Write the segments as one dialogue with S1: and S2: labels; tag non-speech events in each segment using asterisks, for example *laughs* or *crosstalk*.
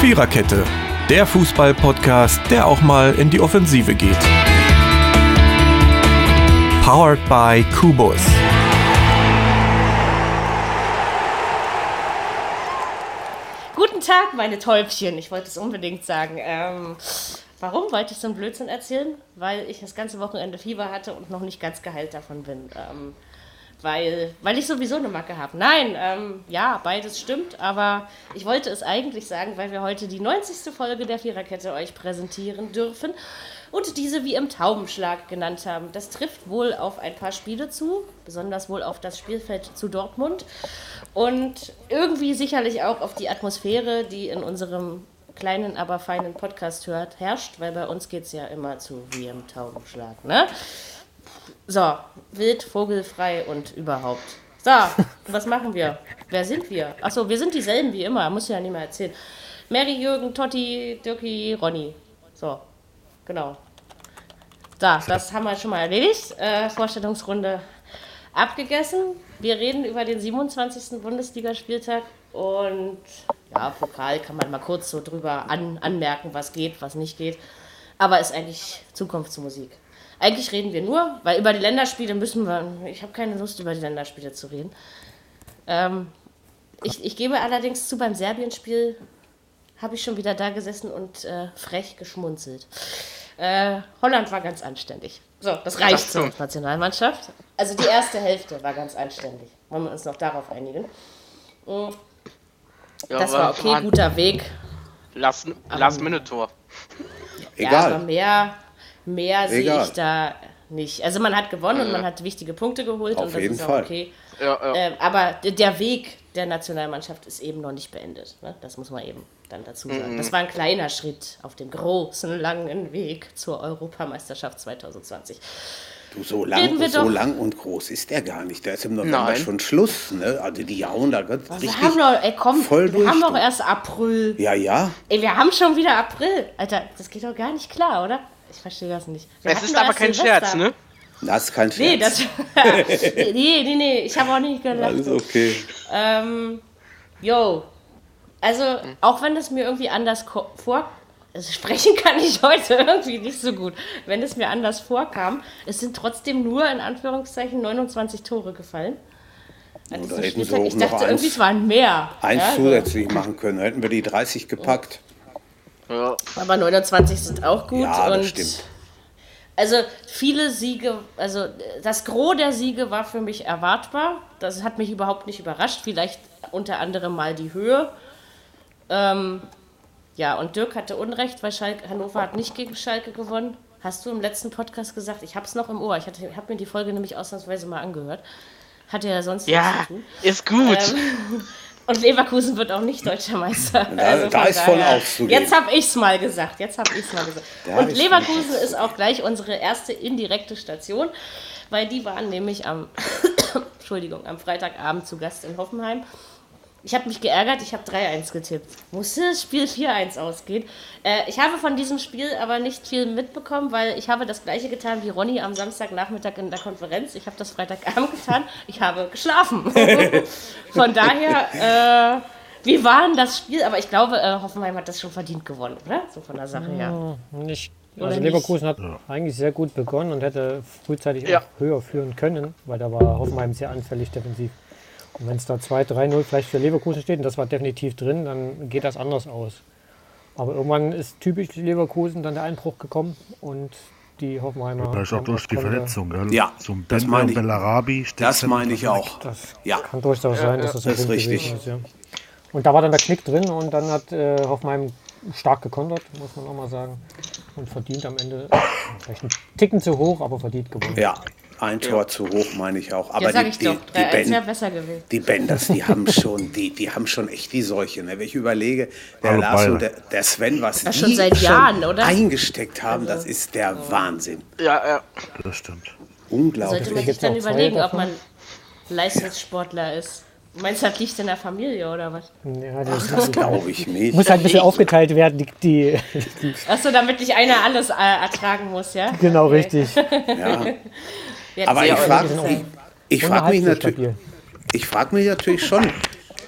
S1: Viererkette, der Fußball-Podcast, der auch mal in die Offensive geht. Powered by Kubus.
S2: Guten Tag, meine Täubchen. Ich wollte es unbedingt sagen. Ähm, warum wollte ich so einen Blödsinn erzählen? Weil ich das ganze Wochenende Fieber hatte und noch nicht ganz geheilt davon bin. Ähm, weil, weil ich sowieso eine Macke habe. Nein, ähm, ja, beides stimmt, aber ich wollte es eigentlich sagen, weil wir heute die 90. Folge der Viererkette euch präsentieren dürfen und diese wie im Taubenschlag genannt haben. Das trifft wohl auf ein paar Spiele zu, besonders wohl auf das Spielfeld zu Dortmund und irgendwie sicherlich auch auf die Atmosphäre, die in unserem kleinen, aber feinen Podcast hört, herrscht, weil bei uns geht es ja immer zu wie im Taubenschlag, ne? So, wild, vogelfrei und überhaupt. So, was machen wir? Wer sind wir? Achso, wir sind dieselben wie immer, muss ich ja nicht mehr erzählen. Mary, Jürgen, Totti, Dirki, Ronny. So, genau. Da, das haben wir schon mal erledigt. Äh, Vorstellungsrunde abgegessen. Wir reden über den 27. Bundesligaspieltag und ja, Pokal kann man mal kurz so drüber an, anmerken, was geht, was nicht geht. Aber ist eigentlich Zukunftsmusik. Eigentlich reden wir nur, weil über die Länderspiele müssen wir. Ich habe keine Lust, über die Länderspiele zu reden. Ähm, ich, ich gebe allerdings zu, beim Serbien-Spiel habe ich schon wieder da gesessen und äh, frech geschmunzelt. Äh, Holland war ganz anständig. So, das reicht zur Nationalmannschaft. Also die erste Hälfte war ganz anständig. Wollen wir uns noch darauf einigen? Mm,
S3: Ja,
S2: Das
S3: aber
S2: war okay,
S3: waren-
S2: guter Weg.
S3: Last, Last Minute Tor.
S2: Ja, aber
S4: Egal.
S2: mehr, mehr sehe
S4: Egal. Äh.
S2: ich da nicht. Also man hat gewonnen und man hat wichtige Punkte geholt
S4: Auf
S2: und das
S4: jeden
S2: ist
S4: Fall.
S2: auch okay.
S3: Ja, ja.
S2: Ähm, aber d- der Weg der Nationalmannschaft ist eben noch nicht beendet. Ne? Das muss man eben dann dazu sagen.
S3: Mhm.
S2: Das war ein kleiner Schritt auf dem großen, langen Weg zur Europameisterschaft 2020.
S4: Du, so
S2: Reden wir
S4: lang, so
S2: doch.
S4: lang und groß ist der gar nicht. Da ist im November
S3: Nein.
S4: schon Schluss. Ne? Also die jauen da ganz
S2: Also wir
S4: richtig.
S2: haben doch, ey komm,
S4: voll
S2: wir
S4: durch,
S2: haben doch
S4: du.
S2: erst April.
S4: ja, ja.
S2: Ey, wir haben schon wieder April. Alter, das geht doch gar nicht klar, oder? Ich verstehe das nicht. Wir
S3: Es
S2: hatten
S3: ist
S2: doch
S3: aber
S2: erst
S3: kein
S2: Silvester.
S3: Scherz, ne?
S4: Das ist kein Scherz.
S2: Nee, das, *laughs* nee, nee, nee, ich habe auch
S3: *laughs*
S2: nicht gelacht.
S3: Also,
S4: Alles okay.
S2: Ähm, yo. Also, auch wenn es mir irgendwie anders ko- vor... Also sprechen kann ich heute *laughs* irgendwie nicht so gut. Wenn es mir anders vorkam, es sind trotzdem nur in Anführungszeichen 29 Tore gefallen. An diesem
S4: da hätten sie
S2: Spieltag.
S4: auch
S2: ich
S4: noch
S2: dachte irgendwie,
S4: eins-
S2: es waren mehr.
S4: Eins
S2: Ja, also- so.
S4: zusätzlich machen können. Hätten wir die 30 gepackt.
S3: Ja.
S2: Aber 29 sind auch gut.
S4: Ja,
S2: und
S4: das stimmt.
S2: Also viele Siege, also das Gros der Siege war für mich erwartbar. Das hat mich überhaupt nicht überrascht. Vielleicht unter anderem mal die Höhe. Ähm, ja, und Dirk hatte Unrecht, weil Schalke, Hannover hat nicht gegen Schalke gewonnen. Hast du im letzten Podcast gesagt? Ich hab's noch im Ohr. Ich habe mir die Folge nämlich ausnahmsweise mal angehört. Hat er ja sonst nichts
S3: ja,
S2: zu tun.
S3: ist gut.
S2: Und Leverkusen wird auch nicht deutscher Meister. Also
S4: Da- da
S2: von
S4: ist voll
S2: daher-
S4: aufzugeben.
S2: Jetzt habe ich es mal gesagt. Jetzt habe ich es mal gesagt.
S4: Da
S2: Und
S4: ist
S2: Leverkusen ist auch gleich unsere erste indirekte Station, weil die waren nämlich am, *coughs* Entschuldigung, am Freitagabend zu Gast in Hoffenheim. Ich habe mich geärgert, ich habe 3-1 getippt. Musste das Spiel 4-1 ausgehen. Äh, ich habe von diesem Spiel aber nicht viel mitbekommen, weil ich habe das gleiche getan wie Ronny am Samstagnachmittag in der Konferenz. Ich habe das Freitagabend *laughs* getan. Ich habe
S4: *laughs*
S2: geschlafen. von daher, äh, wie war denn das Spiel? Aber ich glaube, äh, Hoffenheim hat das schon verdient gewonnen, oder? So von der Sache her.
S5: Nicht,
S2: Oder
S5: also
S2: nicht?
S5: Leverkusen hat eigentlich sehr gut begonnen und hätte frühzeitig
S3: Ja.
S5: auch höher führen können, weil da war Hoffenheim sehr anfällig defensiv. Und wenn es da 2-3-0 vielleicht für Leverkusen steht, und das war definitiv drin, dann geht das anders aus. Aber irgendwann ist typisch Leverkusen dann der Einbruch gekommen und die Hoffenheimer.
S6: Vielleicht auch
S5: haben
S6: durch die
S5: Konter.
S6: Verletzung, gell?
S4: Ja,
S6: so ein
S4: das
S6: Bender
S4: meine
S6: und
S4: ich.
S6: Bellarabi. steht
S4: Das
S6: zentral.
S4: meine ich auch.
S5: Das
S4: Ja.
S5: kann durchaus sein, dass das, ein
S4: das ist
S5: Grund gewesen
S4: richtig.
S5: Ist, ja. Und da war dann der Knick drin und dann hat äh, Hoffenheim stark gekontert, muss man auch mal sagen. Und verdient am Ende vielleicht einen Ticken zu hoch, aber verdient gewonnen.
S4: Ja, ein Tor zu hoch meine ich auch. Aber
S2: Jetzt sage
S4: die,
S2: ich
S4: die,
S2: doch,
S4: die,
S2: 3-1 wäre
S4: Ben,
S2: besser gewesen.
S4: die Benders, die haben schon, die, die haben schon echt die Seuche. Ne? Wenn ich überlege, der
S6: Hallo,
S4: Lars und der,
S6: beide.
S4: der Sven, was die
S2: Das schon seit Jahren, oder? Also-
S4: eingesteckt haben, das ist der Wahnsinn.
S3: Ja, ja. äh,
S6: Das stimmt.
S2: Sollte man
S4: Unglaublich.
S2: sich
S5: Gibt's
S2: dann
S5: auch zwei
S2: überlegen, ob
S5: davon?
S2: man Leistungssportler ist. Meinst du, das liegt in der Familie oder was?
S5: Ja, das
S4: Das glaube ich nicht.
S5: muss halt ein bisschen aufgeteilt werden, die, die
S2: Achso, damit nicht einer alles äh, ertragen muss, ja?
S5: genau
S2: Okay.
S5: richtig.
S2: Wir
S4: Aber
S2: hatten sehr
S4: ich frage
S2: ordentlich
S4: ich, ich frag mich,
S5: Unterhaltlich
S4: natürlich-
S5: stabil.
S4: ich frag mich natürlich schon,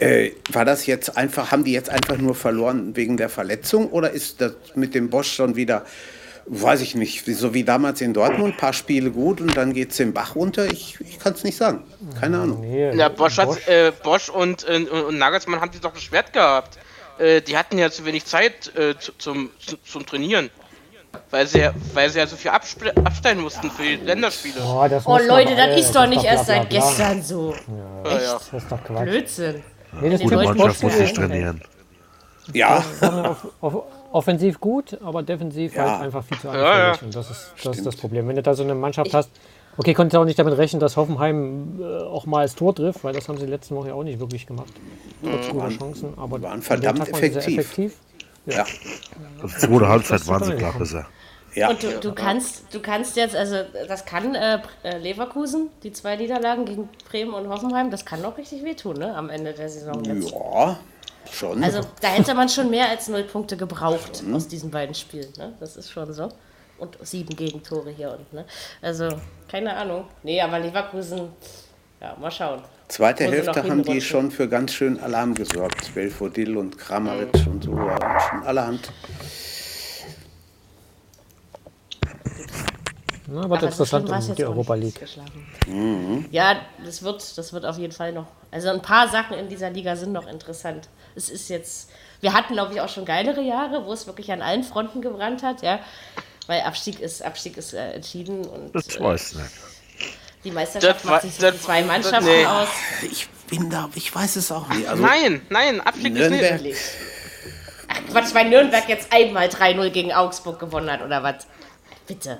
S4: Äh, war das jetzt einfach, haben die jetzt einfach nur verloren wegen der Verletzung oder ist das mit dem Bosch schon wieder, weiß ich nicht, wie- so wie damals in Dortmund, ein paar Spiele gut und dann geht es den Bach runter? Ich, ich kann es nicht sagen. Keine Ahnung.
S5: Nee,
S3: Ja, Bosch, hat,
S5: Bosch-
S3: Äh, Bosch und, äh, und, und Nagelsmann haben die doch beschwert gehabt. Äh, die hatten ja zu wenig Zeit äh, zu, zum, zu, zum Trainieren. Weil sie, ja- weil sie ja so viel abspe- absteigen mussten für die Länderspiele.
S5: Boah, Ah, das
S2: Oh
S5: muss doch
S2: Leute, das
S5: alles,
S2: ist doch nicht
S5: bla,
S2: erst
S5: bla,
S2: seit
S5: bla, bla.
S2: gestern so.
S3: Ja, ja.
S5: Das ist doch Quatsch.
S2: Blödsinn.
S5: Nee, das
S2: Gute
S5: Bosch-
S6: Mannschaft
S5: Bosch-
S6: muss nicht
S2: äh,
S5: Bosch-
S6: trainieren.
S4: Ja,
S5: Off offensiv gut, aber defensiv
S4: Ja.
S5: halt einfach viel zu
S3: Ja,
S5: anfällig. Und das ist, das ist das Problem. Wenn du da so eine Mannschaft hast, okay, konntest du auch nicht damit rechnen, dass Hoffenheim äh, auch mal das Tor trifft, weil das haben sie die letzten Wochen ja auch nicht wirklich gemacht. Trotz guter Chancen, aber
S4: Mhm. waren
S5: an dem
S4: verdammt
S5: Tag waren sie sehr
S4: effektiv.
S5: effektiv.
S4: ja,
S6: Also zweite Halbzeit
S5: ist
S6: waren sie
S5: dabei
S6: klar
S5: gekommen.
S6: besser.
S4: ja.
S2: Und du, du kannst, du kannst jetzt, also das kann äh, äh, Leverkusen, die zwei Niederlagen gegen Bremen und Hoffenheim, das kann doch richtig wehtun, ne? Am Ende der Saison jetzt.
S4: Ja, schon.
S2: Also da hätte man schon mehr als null Punkte gebraucht
S4: Mhm.
S2: aus diesen beiden Spielen, ne? Das ist schon so. Und sieben Gegentore hier unten, ne? Also, keine Ahnung. Nee, aber Leverkusen, ja, mal schauen.
S4: Zweite
S2: Muss er noch
S4: Hälfte haben die
S2: hinrutschen.
S4: schon für ganz schön Alarm gesorgt. Belfodil und Kramaric und so. Und schon allerhand.
S5: Na, wird
S2: Aber so
S5: interessant
S2: schlimm war's
S5: in
S2: jetzt
S5: die
S2: auch
S5: Europa
S2: nicht,
S5: League.
S2: dass wir
S4: Mhm.
S2: schlafen. Ja, das wird, das wird auf jeden Fall noch. Also ein paar Sachen in dieser Liga sind noch interessant. Es ist jetzt, wir hatten glaube ich auch schon geilere Jahre, wo es wirklich an allen Fronten gebrannt hat, ja. Weil Abstieg ist, Abstieg ist äh, entschieden und
S6: Das
S2: äh,
S6: weiß ich nicht.
S2: die Meisterschaft
S3: Das
S2: macht
S3: war-
S2: sich
S3: das-
S2: zwischen zwei Mannschaften
S3: nee.
S2: aus.
S4: Ich bin da, ich weiß es auch nicht. Also,
S3: nein, nein, Abstieg ist nicht.
S4: Nürnberg,
S2: Ach Quatsch, weil Nürnberg jetzt einmal 3-0 gegen Augsburg gewonnen hat, oder was? Bitte.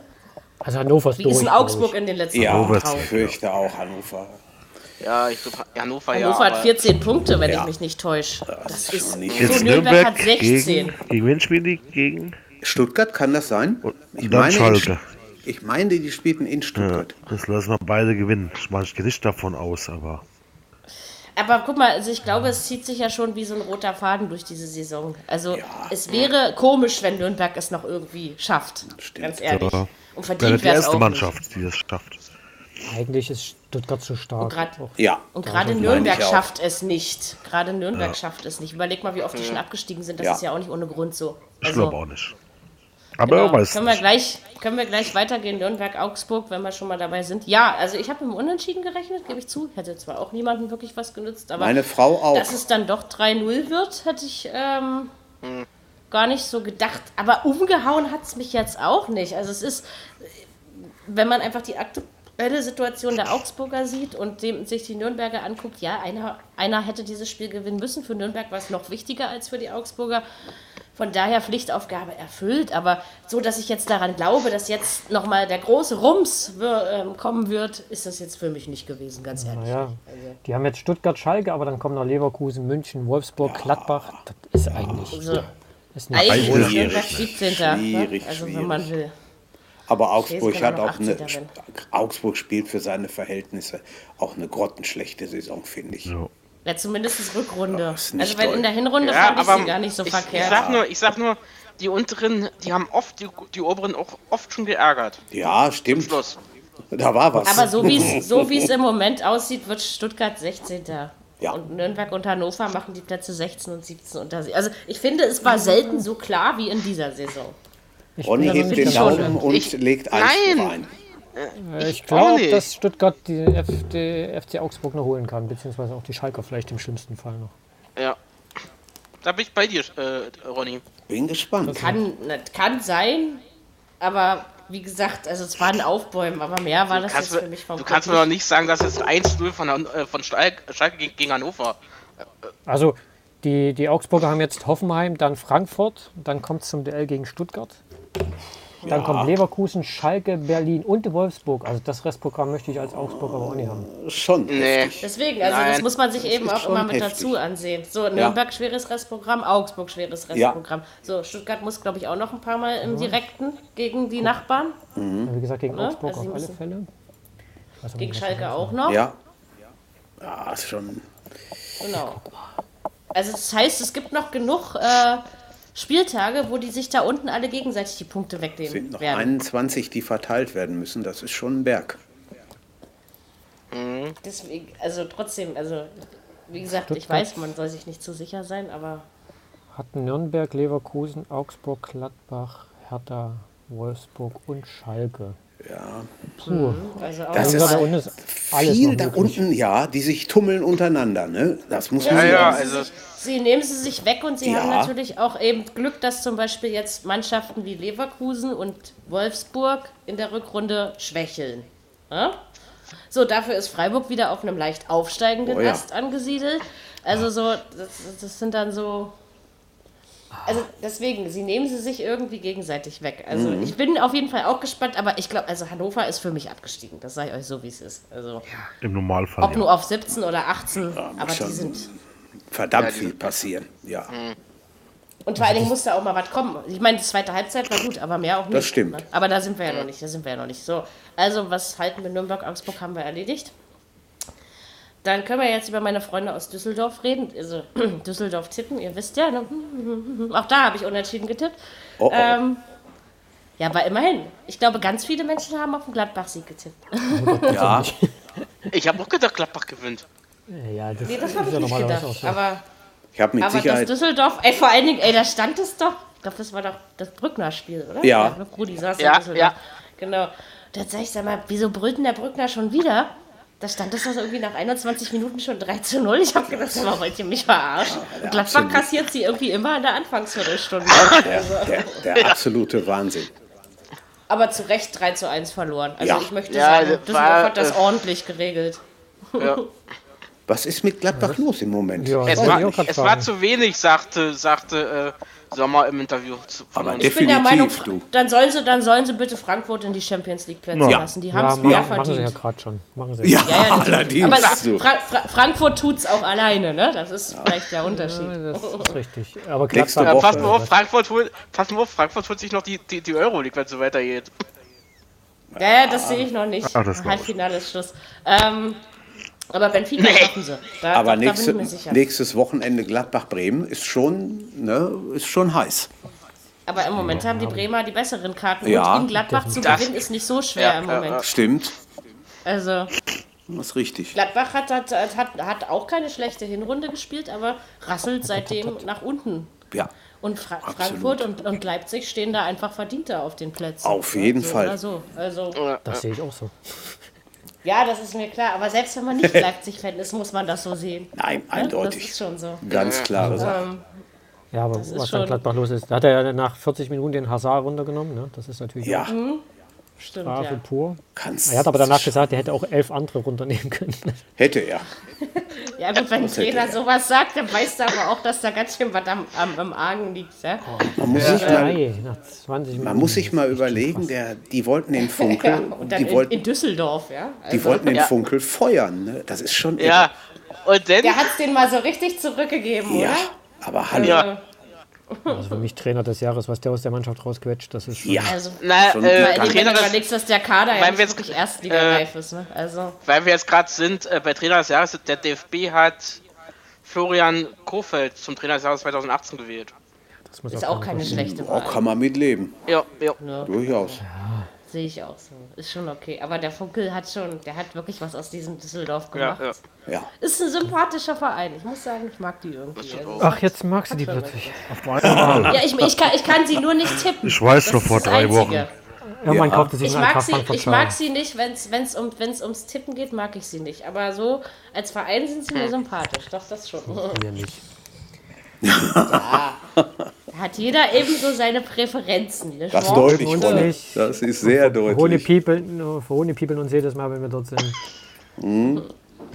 S5: Also Hannover ist
S2: Wie
S5: durch.
S2: ist denn
S5: glaub ich.
S2: Augsburg in den letzten
S4: ja,
S2: Wochen
S6: Hannover
S4: ich
S6: ist
S2: drauf?
S4: fürchte auch Hannover.
S3: Ja, ich glaube, Hannover, ja.
S2: Hannover hat
S3: aber-
S2: 14 Punkte, wenn
S4: Ja.
S2: ich mich nicht täusche.
S4: Das
S2: Das
S4: ist
S2: ist
S4: schon nicht-
S2: so
S6: Jetzt
S2: Nürnberg
S6: Nürnberg
S2: hat 16.
S6: gegen, gegen wen spielen die? Gegen
S4: Stuttgart kann das sein?
S6: und dann
S4: in
S6: Schalke.
S4: Stu- ich meine, die spielten in Stuttgart.
S6: Das lassen wir beide gewinnen. Ich meine, ich gehe nicht davon aus, aber
S2: Aber guck mal, also ich glaube, es zieht sich ja schon wie so ein roter Faden durch diese Saison. Also es wäre komisch, wenn Nürnberg es noch irgendwie schafft.
S4: Stimmt.
S2: Ganz ehrlich.
S6: Ja.
S2: Und
S6: wäre
S2: verdient
S6: die
S2: wäre es
S6: erste
S2: auch.
S6: Mannschaft, die das schafft.
S5: Eigentlich ist Stuttgart zu stark.
S2: grad-
S5: Auch-
S4: Ja.
S2: Nicht. Und gerade
S4: meine
S2: Nürnberg
S4: ich auch.
S2: schafft es nicht. Gerade Nürnberg schafft es nicht. Überleg mal, wie
S3: Mhm.
S2: oft die schon abgestiegen sind. Das
S4: Ja.
S2: ist ja auch nicht ohne Grund so.
S6: Ich
S2: Also- genau,
S6: glaube auch nicht. Aber er weiß
S2: können, wir
S6: nicht.
S2: gleich, können wir gleich weitergehen, Nürnberg-Augsburg, wenn wir schon mal dabei sind. Ja, also ich habe im Unentschieden gerechnet, gebe ich zu. Hätte zwar auch niemandem wirklich was genützt, aber
S4: Meine Frau auch.
S2: dass es dann doch 3-0 wird, hätte ich ähm, gar nicht so gedacht. Aber umgehauen hat es mich jetzt auch nicht. Also es ist, wenn man einfach die aktuelle Situation der Augsburger sieht und dem, sich die Nürnberger anguckt, ja, einer, einer hätte dieses Spiel gewinnen müssen. Für Nürnberg war es noch wichtiger als für die Augsburger. Von daher Pflichtaufgabe erfüllt, aber so, dass ich jetzt daran glaube, dass jetzt nochmal der große Rums wir- ähm, kommen wird, ist das jetzt für mich nicht gewesen, ganz ehrlich.
S5: Naja, die haben jetzt Stuttgart, Schalke, aber dann kommen noch Leverkusen, München, Wolfsburg, Gladbach. Das ist eigentlich.
S2: Also,
S5: Ist nicht
S2: Eigentlich
S6: Schwierig,
S2: ist Nürnberg 17. ne?
S4: schwierig,
S2: Also wenn
S4: schwierig.
S2: man will.
S4: Aber
S2: Schleswig
S4: Augsburg
S2: kann
S4: hat
S2: auch
S4: auch eine.
S2: 18.
S4: Augsburg spielt für seine Verhältnisse auch eine grottenschlechte Saison, finde ich.
S6: Ja.
S2: Ja, zumindest Rückrunde.
S4: ist nicht
S2: Also weil in der Hinrunde
S3: Ja,
S2: fand ich
S3: aber
S2: sie gar nicht so
S3: ich,
S2: verkehrt.
S3: Ich sag nur, ich sag nur, die unteren, die haben oft, die, die oberen auch oft schon geärgert.
S4: Ja, stimmt.
S3: Schluss.
S4: Da war was.
S2: aber so wie
S4: *laughs*
S2: es so wie es im Moment aussieht, wird Stuttgart 16.
S4: Ja.
S2: Und Nürnberg und Hannover machen die Plätze 16 und 17 unter sich. Also ich finde, es war selten so klar wie in dieser Saison.
S4: Ronny hebt
S5: bin da noch
S4: den
S5: nicht ganz
S4: Daumen und legt eins
S3: Nein!
S4: rein.
S5: Ich
S3: auch
S5: glaube,
S3: nicht.
S5: dass Stuttgart die FD, FC Augsburg noch holen kann, beziehungsweise auch die Schalker vielleicht im schlimmsten Fall noch.
S3: Ja. Da bin ich bei dir, äh, Ronny.
S4: Bin gespannt.
S2: Kann ne, kann sein, aber wie gesagt, also es war ein Aufbäumen, aber mehr war das
S3: Kannst
S2: jetzt
S3: du,
S2: für mich vom
S3: du kannst mir
S2: Kopf
S3: doch nicht sagen, dass jetzt 1-0 von, Han- äh, von Schalke, Schalke gegen, gegen Hannover.
S5: Also, die, die Augsburger haben jetzt Hoffenheim, dann Frankfurt, dann kommt es zum Duell gegen Stuttgart. Dann kommt Leverkusen, Schalke, Berlin und Wolfsburg. Also das Restprogramm möchte ich als Augsburger aber auch nicht haben.
S4: Schon.
S3: Nee.
S2: Deswegen, also das
S3: Nein.
S2: muss man sich eben
S4: ist
S2: auch
S4: schon
S2: immer mit
S4: heftig.
S2: dazu ansehen. So, Nürnberg schweres Restprogramm, Augsburg schweres Restprogramm. So, Stuttgart muss, glaube ich, auch noch ein paar Mal im Direkten gegen die Nachbarn,
S4: Mhm.
S5: Wie gesagt, gegen
S2: Ne?
S5: Augsburg
S2: Also sie
S5: auf alle
S2: müssen-
S5: Fälle. Also,
S2: gegen Schalke auch noch.
S4: Ja. Ja, ist schon.
S2: Genau. Also das heißt, es gibt noch genug äh, Spieltage, wo die sich da unten alle gegenseitig die Punkte
S4: Sind
S2: wegnehmen
S4: noch
S2: werden.
S4: 21, die verteilt werden müssen. Das ist schon ein Berg.
S2: Deswegen, also trotzdem, also Wie gesagt, ich
S5: Stuttgart.
S2: weiß, man soll sich nicht zu sicher sein, aber
S5: Hat Nürnberg, Leverkusen, Augsburg, Gladbach, Hertha, Wolfsburg und Schalke.
S2: also auch
S4: Das
S5: Also
S4: ist
S5: da
S2: nochmal-
S5: unten ist alles
S4: Viel
S5: noch
S4: da
S5: möglich.
S4: unten, ja, die sich tummeln untereinander, ne? Das muss man
S3: Ja, ja,
S4: sagen.
S3: also
S2: Sie nehmen sie sich weg und sie
S4: Ja.
S2: haben natürlich auch eben Glück, dass zum Beispiel jetzt Mannschaften wie Leverkusen und Wolfsburg in der Rückrunde schwächeln. Ja? So, dafür ist Freiburg wieder auf einem leicht aufsteigenden
S4: Oh ja.
S2: Ast angesiedelt. Also so, das, das sind dann so. Also deswegen, sie nehmen sie sich irgendwie gegenseitig weg. Also
S4: Mhm.
S2: ich bin auf jeden Fall auch gespannt, aber ich glaube, also Hannover ist für mich abgestiegen. Das sage ich euch so, wie es ist. Also
S6: Im Normalfall.
S2: ob
S6: Ja.
S2: nur auf 17 oder 18, aber
S4: schon.
S2: die Mhm. sind.
S4: Verdammt
S3: Ja, die-
S4: viel passieren, ja.
S2: Und
S4: Also
S2: vor allen Dingen musste auch mal was kommen. Ich meine, die zweite Halbzeit war gut, aber mehr auch nicht.
S4: Das stimmt.
S2: ne? Aber da sind wir ja noch nicht, da sind wir ja noch nicht. So, also was halten wir Nürnberg, Augsburg haben wir erledigt. Dann können wir jetzt über meine Freunde aus Düsseldorf reden. Also *clears throat* Düsseldorf tippen, ihr wisst ja. Ne? Auch da habe ich unentschieden getippt.
S4: Oh, oh.
S2: Ähm, ja, aber immerhin. Ich glaube, ganz viele Menschen haben auf den Gladbach-Sieg getippt.
S4: ja.
S3: ich habe auch gedacht, Gladbach gewinnt.
S5: Ja, das,
S2: Nee, das
S5: ist
S2: habe ich
S5: ja
S2: nicht
S5: normalerweise
S2: gedacht.
S5: auch so.
S2: Aber,
S4: Ich habe mit
S2: aber das
S4: Sicherheit.
S2: Düsseldorf, ey, vor allen Dingen, ey, da stand es doch. Ich glaube, das war doch das Brückner-Spiel, oder?
S4: Ja.
S2: ne? Rudi saß
S3: Ja,
S2: in Düsseldorf.
S3: ja.
S2: Genau. Da sag ich, sag mal, wieso brüllt denn der Brückner schon wieder? Da stand es doch irgendwie nach 21 Minuten schon 3 zu 0. Ich habe gedacht, sag mal, wollt ihr mich verarschen? Und Gladbach
S4: absolut.
S2: kassiert sie irgendwie immer in der Anfangsviertelstunde. *laughs*
S4: Der, der, der absolute Wahnsinn.
S2: Aber zu Recht 3 zu 1 verloren. Also
S4: Ja.
S2: ich möchte
S3: Ja,
S2: sagen,
S3: das
S2: Düsseldorf
S3: war,
S2: hat das
S3: äh,
S2: ordentlich geregelt.
S3: Ja.
S4: Was ist mit Gladbach los im Moment?
S5: Ja,
S3: Es,
S5: Weiß
S3: war,
S5: ich auch grad
S3: es
S5: fragen.
S3: war zu wenig, sagte, sagte äh, Sommer im Interview zu, von
S4: Aber
S3: uns.
S4: der-
S2: Ich bin der Meinung,
S4: Definitiv, du.
S2: dann sollen, sie, dann sollen sie bitte Frankfurt in die Champions League Plätze
S4: Ja.
S2: lassen. Die haben
S5: ja,
S2: es
S5: machen,
S2: mehr
S5: machen sie ja
S2: verdient.
S5: gerade schon. Machen sie
S4: Ja,
S2: Ja, ja, das-
S4: allerdings.
S2: Aber
S4: so.
S2: Fra Fra Frankfurt tut es auch alleine, ne? Das ist vielleicht der Unterschied. *laughs*
S5: Das ist richtig. Aber
S4: Nächste
S5: Gladbach-
S4: Woche.
S3: Pass mal auf, Frankfurt holt, pass mal auf, Frankfurt holt sich noch die, die, die Euroleague, wenn es so weitergeht.
S2: Ja, ja, das sehe ich noch nicht.
S6: Ah, das glaub ich.
S2: Halbfinale ist Schluss. Ähm, aber Benfica schaffen sie. Da, da, da
S4: Aber
S2: bin
S4: nächste,
S2: ich mir sicher.
S4: nächstes Wochenende Gladbach-Bremen ist schon, ne, ist schon heiß.
S2: Aber im Moment haben die Bremer die besseren Karten.
S4: Ja.
S2: Und in Gladbach zu
S3: Das-
S2: gewinnen ist nicht so schwer
S3: Ja,
S2: im
S3: ja,
S2: Moment.
S3: ja.
S4: Stimmt,
S2: Also
S4: das ist richtig.
S2: Gladbach hat, hat, hat, hat auch keine schlechte Hinrunde gespielt, aber rasselt seitdem nach unten.
S4: Ja,
S2: Und Fra Frankfurt und, und Leipzig stehen da einfach verdienter auf den Plätzen.
S4: Auf jeden
S2: so
S4: Fall.
S2: Oder so. Also,
S5: Das sehe ich auch so.
S2: ja, das ist mir klar. Aber selbst wenn man
S4: *laughs*
S2: nicht Leipzig-Fan ist, muss man das so sehen.
S4: nein,
S2: Ne? Das
S4: eindeutig.
S2: ist schon so.
S4: Ganz klare Sache.
S5: Ja, aber
S2: ist
S5: was
S2: schon-
S5: dann Gladbach los ist. Da hat er ja nach 40 Minuten den Hazard runtergenommen. Ne? Das ist natürlich
S4: Ja,
S2: Mhm. Stimmt,
S5: auch Strafe
S2: ja.
S5: pur.
S4: kannst.
S5: Er hat aber danach gesagt, er hätte auch elf andere runternehmen können.
S4: Hätte er.
S2: Ja, gut, wenn ein
S4: hätte
S2: Trainer
S4: er.
S2: sowas sagt, dann weiß er aber auch, dass da ganz schön was am, am, am Argen liegt. Ja?
S4: Man muss sich mal,
S5: *laughs* Drei nach 20 Minuten.
S4: man muss
S2: Hm,
S4: sich mal überlegen, der, die wollten
S2: *laughs*
S4: den
S2: Ja,
S4: Funkel,
S2: und dann
S4: die
S2: in, in
S4: wollten,
S2: Düsseldorf, ja. Also,
S4: die wollten den Funkel feuern. Ne? Das ist schon.
S3: äh, Ja, und dann,
S2: Der hat es den mal so richtig zurückgegeben,
S4: irre.
S2: oder?
S4: ja. Aber hallo.
S3: Ja.
S5: also für mich Trainer des Jahres, was der aus der Mannschaft rausquetscht, das ist schon.
S4: Ja.
S2: Also,
S3: na,
S4: Schon
S3: äh,
S2: weil
S4: ganz-
S2: wenn
S3: Trainer
S2: du
S3: des,
S2: überlegst, dass der Kader ja
S3: Weil wir
S2: nicht
S3: jetzt- äh,
S2: wirklich erstligareif ist. Ne? Also,
S3: weil wir jetzt gerade sind, äh, bei Trainer des Jahres, der DFB hat Florian Kofeld zum Trainer des Jahres 2018 gewählt.
S5: das muss
S2: ist auch
S5: keiner
S2: keine schlechte
S4: Oh,
S2: Wahl.
S4: kann man mitleben.
S3: Ja, ja.
S4: Durchaus.
S2: Sehe ich auch so. Ist schon okay. Aber der Funkel hat schon, der hat wirklich was aus diesem Düsseldorf
S3: ja,
S2: gemacht.
S3: ja.
S4: Ja.
S2: Ist ein sympathischer Verein. Ich muss sagen, ich mag die irgendwie. Also,
S5: Ach, jetzt magst du die plötzlich.
S2: ja, ich, ich, kann, ich kann sie nur nicht tippen.
S6: Ich weiß
S2: Das
S6: noch
S2: ist
S6: vor
S2: das
S6: drei
S2: Einzige.
S6: Wochen.
S5: Irgendwann kauft er sich
S2: Ich
S5: einen
S2: mag,
S5: Eintracht
S2: sie, ich
S5: Frankfurt-Schal.
S2: mag sie nicht, wenn es um, wenn's ums Tippen geht, mag ich sie nicht. Aber so als Verein sind sie mir
S4: Hm.
S2: sympathisch. Doch, das schon.
S5: Ja, nicht.
S2: Hat jeder ebenso seine Präferenzen. Ne?
S4: Das ist
S2: Jean?
S4: deutlich,
S5: und
S4: Rolle.
S5: nicht.
S4: Das ist sehr
S5: Ohne
S4: deutlich.
S5: People, ohne People uns jedes Mal, wenn wir dort sind.
S4: Mhm.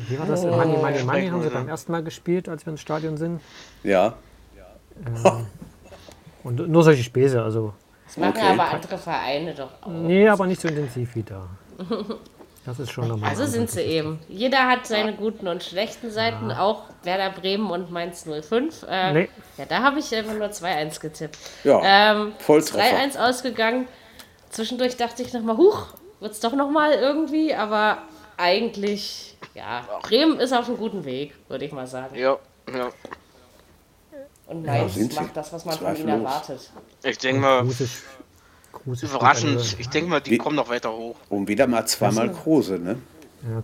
S5: Wie war das? Oh, Money, Money, Money haben sie beim ersten Mal gespielt, als wir ins Stadion sind.
S4: Ja.
S5: Und nur solche Späße, also.
S2: Das machen
S4: Okay.
S2: aber andere Vereine doch auch.
S5: Nee, aber nicht so intensiv wie da. Das ist schon normal.
S2: Also sind sie eben. Jeder hat seine guten und schlechten Seiten, auch Werder Bremen und Mainz 05. Äh,
S5: Nee.
S2: Ja, da habe ich immer nur 2-1 getippt.
S4: Ja.
S2: Ähm,
S4: Volltreffer.
S2: 3-1 ausgegangen. Zwischendurch dachte ich nochmal, huch, wird es doch nochmal irgendwie, aber eigentlich, ja, Bremen ist auf einem guten Weg, würde ich mal sagen.
S3: ja, ja.
S2: Und Mainz
S4: sind sie.
S2: macht das, was man von ihnen
S4: Zweifellos.
S2: erwartet.
S3: Ich denke mal,
S5: Gruselig. Gruselig.
S3: überraschend. Ich denke mal, die kommen noch weiter hoch.
S4: Und wieder mal zweimal Kruse, ne?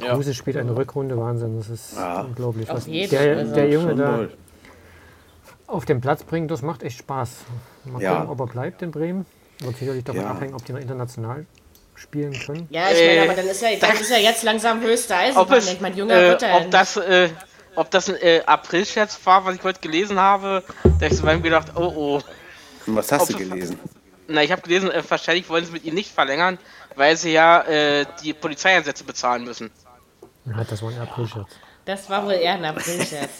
S5: Ja, Kruse spielt eine Rückrunde, Wahnsinn, das ist
S4: Ja.
S5: unglaublich.
S2: Auf
S5: Was
S2: jeden
S5: der,
S2: Fall.
S5: der Junge
S4: Schon
S5: da
S4: wohl.
S5: auf den Platz bringen, das macht echt Spaß. Mal
S4: Ja.
S5: gucken, ob er bleibt in Bremen. Wird sicherlich davon
S4: Ja.
S5: abhängen, ob die noch international spielen können.
S2: Ja, ich meine,
S3: Äh,
S2: aber dann ist ja, dann ist ja jetzt langsam höchste
S3: Ob,
S2: Eisenbahn.
S3: es,
S2: ich meine, junger
S3: äh,
S2: wird er.
S3: ob das, äh, ob das ein äh, April-Scherz war, was ich heute gelesen habe, da habe ich so bei mir gedacht, oh oh.
S4: Und was hast
S3: Ob-
S4: du gelesen?
S3: Na, ich habe gelesen, äh, wahrscheinlich wollen sie mit ihm nicht verlängern, weil sie ja äh, die Polizeieinsätze bezahlen müssen.
S5: Ja, das war ein April-Scherz.
S2: Das war wohl eher ein
S4: *laughs*
S2: Aprilscherz.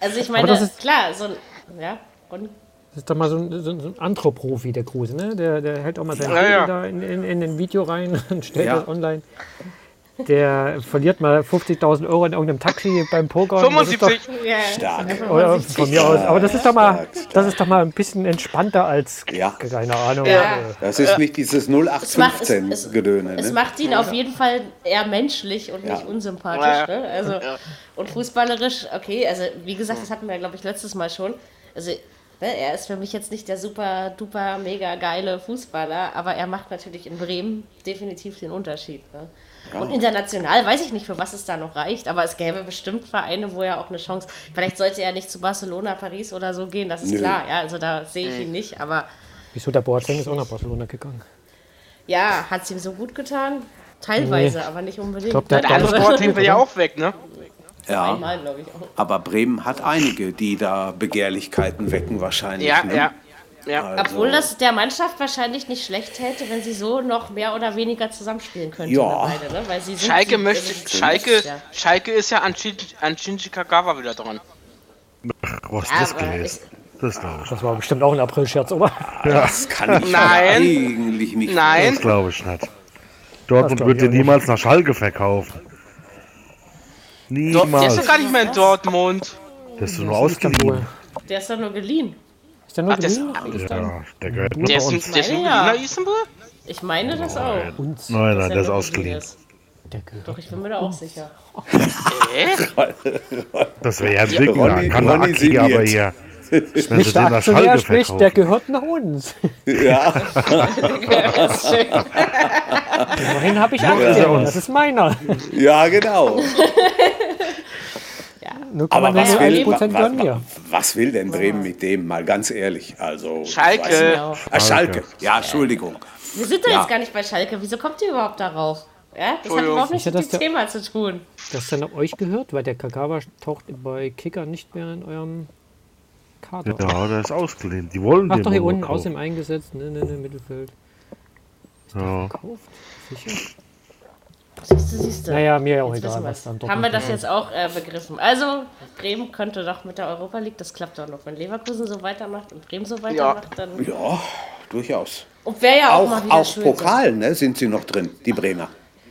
S2: also ich meine,
S5: Aber das ist-
S2: klar, so ein. Ja, und
S5: Das ist doch mal so ein, so ein, so ein Andro-Profi, der Kruse, ne? Der, der hält auch mal sein
S3: Ja,
S5: Handy
S3: ja.
S5: da in, in, in ein Video rein *laughs* und stellt
S4: Ja.
S5: das online. Der verliert mal 50.000 Euro in irgendeinem Taxi beim Poker. und das ist doch-
S3: 75!
S2: ja,
S4: Stark.
S5: Oder von mir aus. Aber das ist doch mal,
S4: Stark, stark.
S5: das ist doch mal ein bisschen entspannter als
S4: Ja.
S5: keine Ahnung. äh,
S2: Ja.
S4: Das ist nicht dieses
S2: es macht, es,
S4: 0815
S2: es,
S4: Gedöne.
S2: es
S4: ne?
S2: macht ihn auf jeden Fall eher menschlich und nicht
S4: Ja.
S2: unsympathisch. Ne? Also, Und fußballerisch, okay, also wie gesagt, das hatten wir, glaube ich, letztes Mal schon. Also ne, er ist für mich jetzt nicht der super, duper, mega geile Fußballer, aber er macht natürlich in Bremen definitiv den Unterschied. Ne? Und international weiß ich nicht, für was es da noch reicht, aber es gäbe bestimmt Vereine, wo er auch eine Chance. Vielleicht sollte er nicht zu Barcelona, Paris oder so gehen, das ist
S4: Nö.
S2: klar. Ja, also da sehe ich ihn nicht, aber
S5: Wieso der Boateng ist auch nach Barcelona gegangen?
S2: ja, hat es ihm so gut getan. Teilweise,
S5: Nee.
S2: aber nicht unbedingt.
S5: Ich glaub, der hat
S3: Der
S5: gar
S2: Also,
S5: nicht
S3: andere Sporting will ja auch weg, ne?
S4: ja.
S2: Einmal, glaube ich, auch.
S4: Aber Bremen hat einige, die da Begehrlichkeiten wecken wahrscheinlich.
S3: Ja,
S4: ne?
S3: ja. Ja,
S4: Also,
S2: Obwohl das der Mannschaft wahrscheinlich nicht schlecht hätte, wenn sie so noch mehr oder weniger zusammenspielen könnten.
S4: Ja.
S2: wir Beide, ne? Weil sie sind
S3: Schalke
S2: sie-
S3: möchte,
S2: sie-
S3: Schalke,
S2: Ja.
S3: Schalke ist ja an, Shin, an Shinji Kagawa wieder dran.
S6: Ach, was
S2: Ja,
S6: das
S2: aber
S6: gewesen? Das glaube ich.
S5: Das war bestimmt auch ein April-Scherz, oder?
S4: Das kann ich
S3: Nein.
S4: eigentlich nicht.
S6: Das
S3: Nein,
S6: glaube ich nicht. Dortmund
S5: glaub
S6: wird
S5: ich
S6: dir
S5: auch nicht.
S6: niemals nach Schalke verkaufen.
S3: der ist ja
S6: Niemals.
S3: gar nicht mehr in Dortmund.
S6: Das ist nur
S5: Das ist doch wohl-
S6: ausgeliehen.
S2: Der ist doch nur geliehen.
S5: Ist der nur
S3: Ach, das-
S5: geliehen?
S6: Ja, der gehört nur
S3: Der
S6: bei
S3: ist,
S6: uns.
S3: ein- der ist ein
S2: Meine ja.
S3: Berliner Istanbul?
S2: Ich meine das auch.
S5: Uns.
S6: Nein,
S2: dass
S6: nein,
S2: er
S6: der ist
S2: nur
S6: ausgeliehen.
S2: ist.
S5: Der gehört.
S2: Doch, ich bin mir da auch sicher.
S6: Das wäre ja ein Dicken.
S4: Ronny-
S6: da Kann der
S4: Ronny
S6: Aki aber
S4: signiert.
S6: hier. Wenn sie
S5: Nicht
S6: den
S5: Also der
S6: nach
S5: Aktionär
S6: Schalke
S5: spricht, der
S6: verkaufen.
S5: gehört nach uns.
S4: Ja,
S5: *laughs*
S2: Das ist schön.
S5: Immerhin habe ich Aktien, das ist meiner.
S4: *laughs* ja genau. Aber was will,
S5: 0,01%
S4: wa- wa-
S5: gehören mir.
S4: was will denn Bremen mit dem? Mal ganz ehrlich. Also, ich weiß nicht.
S3: Schalke.
S4: Ah, Schalke. Ja, Entschuldigung.
S2: Wir sind doch
S4: Ja.
S2: jetzt gar nicht bei Schalke. Wieso kommt ihr überhaupt darauf? Ja, das hat
S3: Entschuldigung.
S2: überhaupt nichts
S5: Sicher,
S2: mit dem
S5: dass der-
S2: Thema zu tun.
S5: Das dann euch gehört, weil der Kagawa taucht bei Kicker nicht mehr in eurem Kader. auf.
S6: Ja, der ist ausgeliehen. Die wollen
S5: Ach
S6: den
S5: doch, hier
S6: nur
S5: unten aus
S6: kaufen.
S5: dem eingesetzt. Ne, ne, ne, Mittelfeld.
S6: Ja.
S5: Kauft. Sicher.
S2: Siehst du, siehst du.
S5: Naja, mir auch
S2: Jetzt
S5: egal,
S2: wissen
S5: was dann
S2: wir's.
S5: dort
S2: Haben wir das jetzt auch äh, begriffen? Also, Bremen könnte doch mit der Europa League, das klappt doch noch. Wenn Leverkusen so weitermacht und Bremen so weitermacht, dann.
S4: Ja, durchaus.
S2: Und wäre ja auch, mal
S4: Auch,
S2: wieder
S4: auch
S2: schön.
S4: Pokal ne, sind sie noch drin, die Bremer.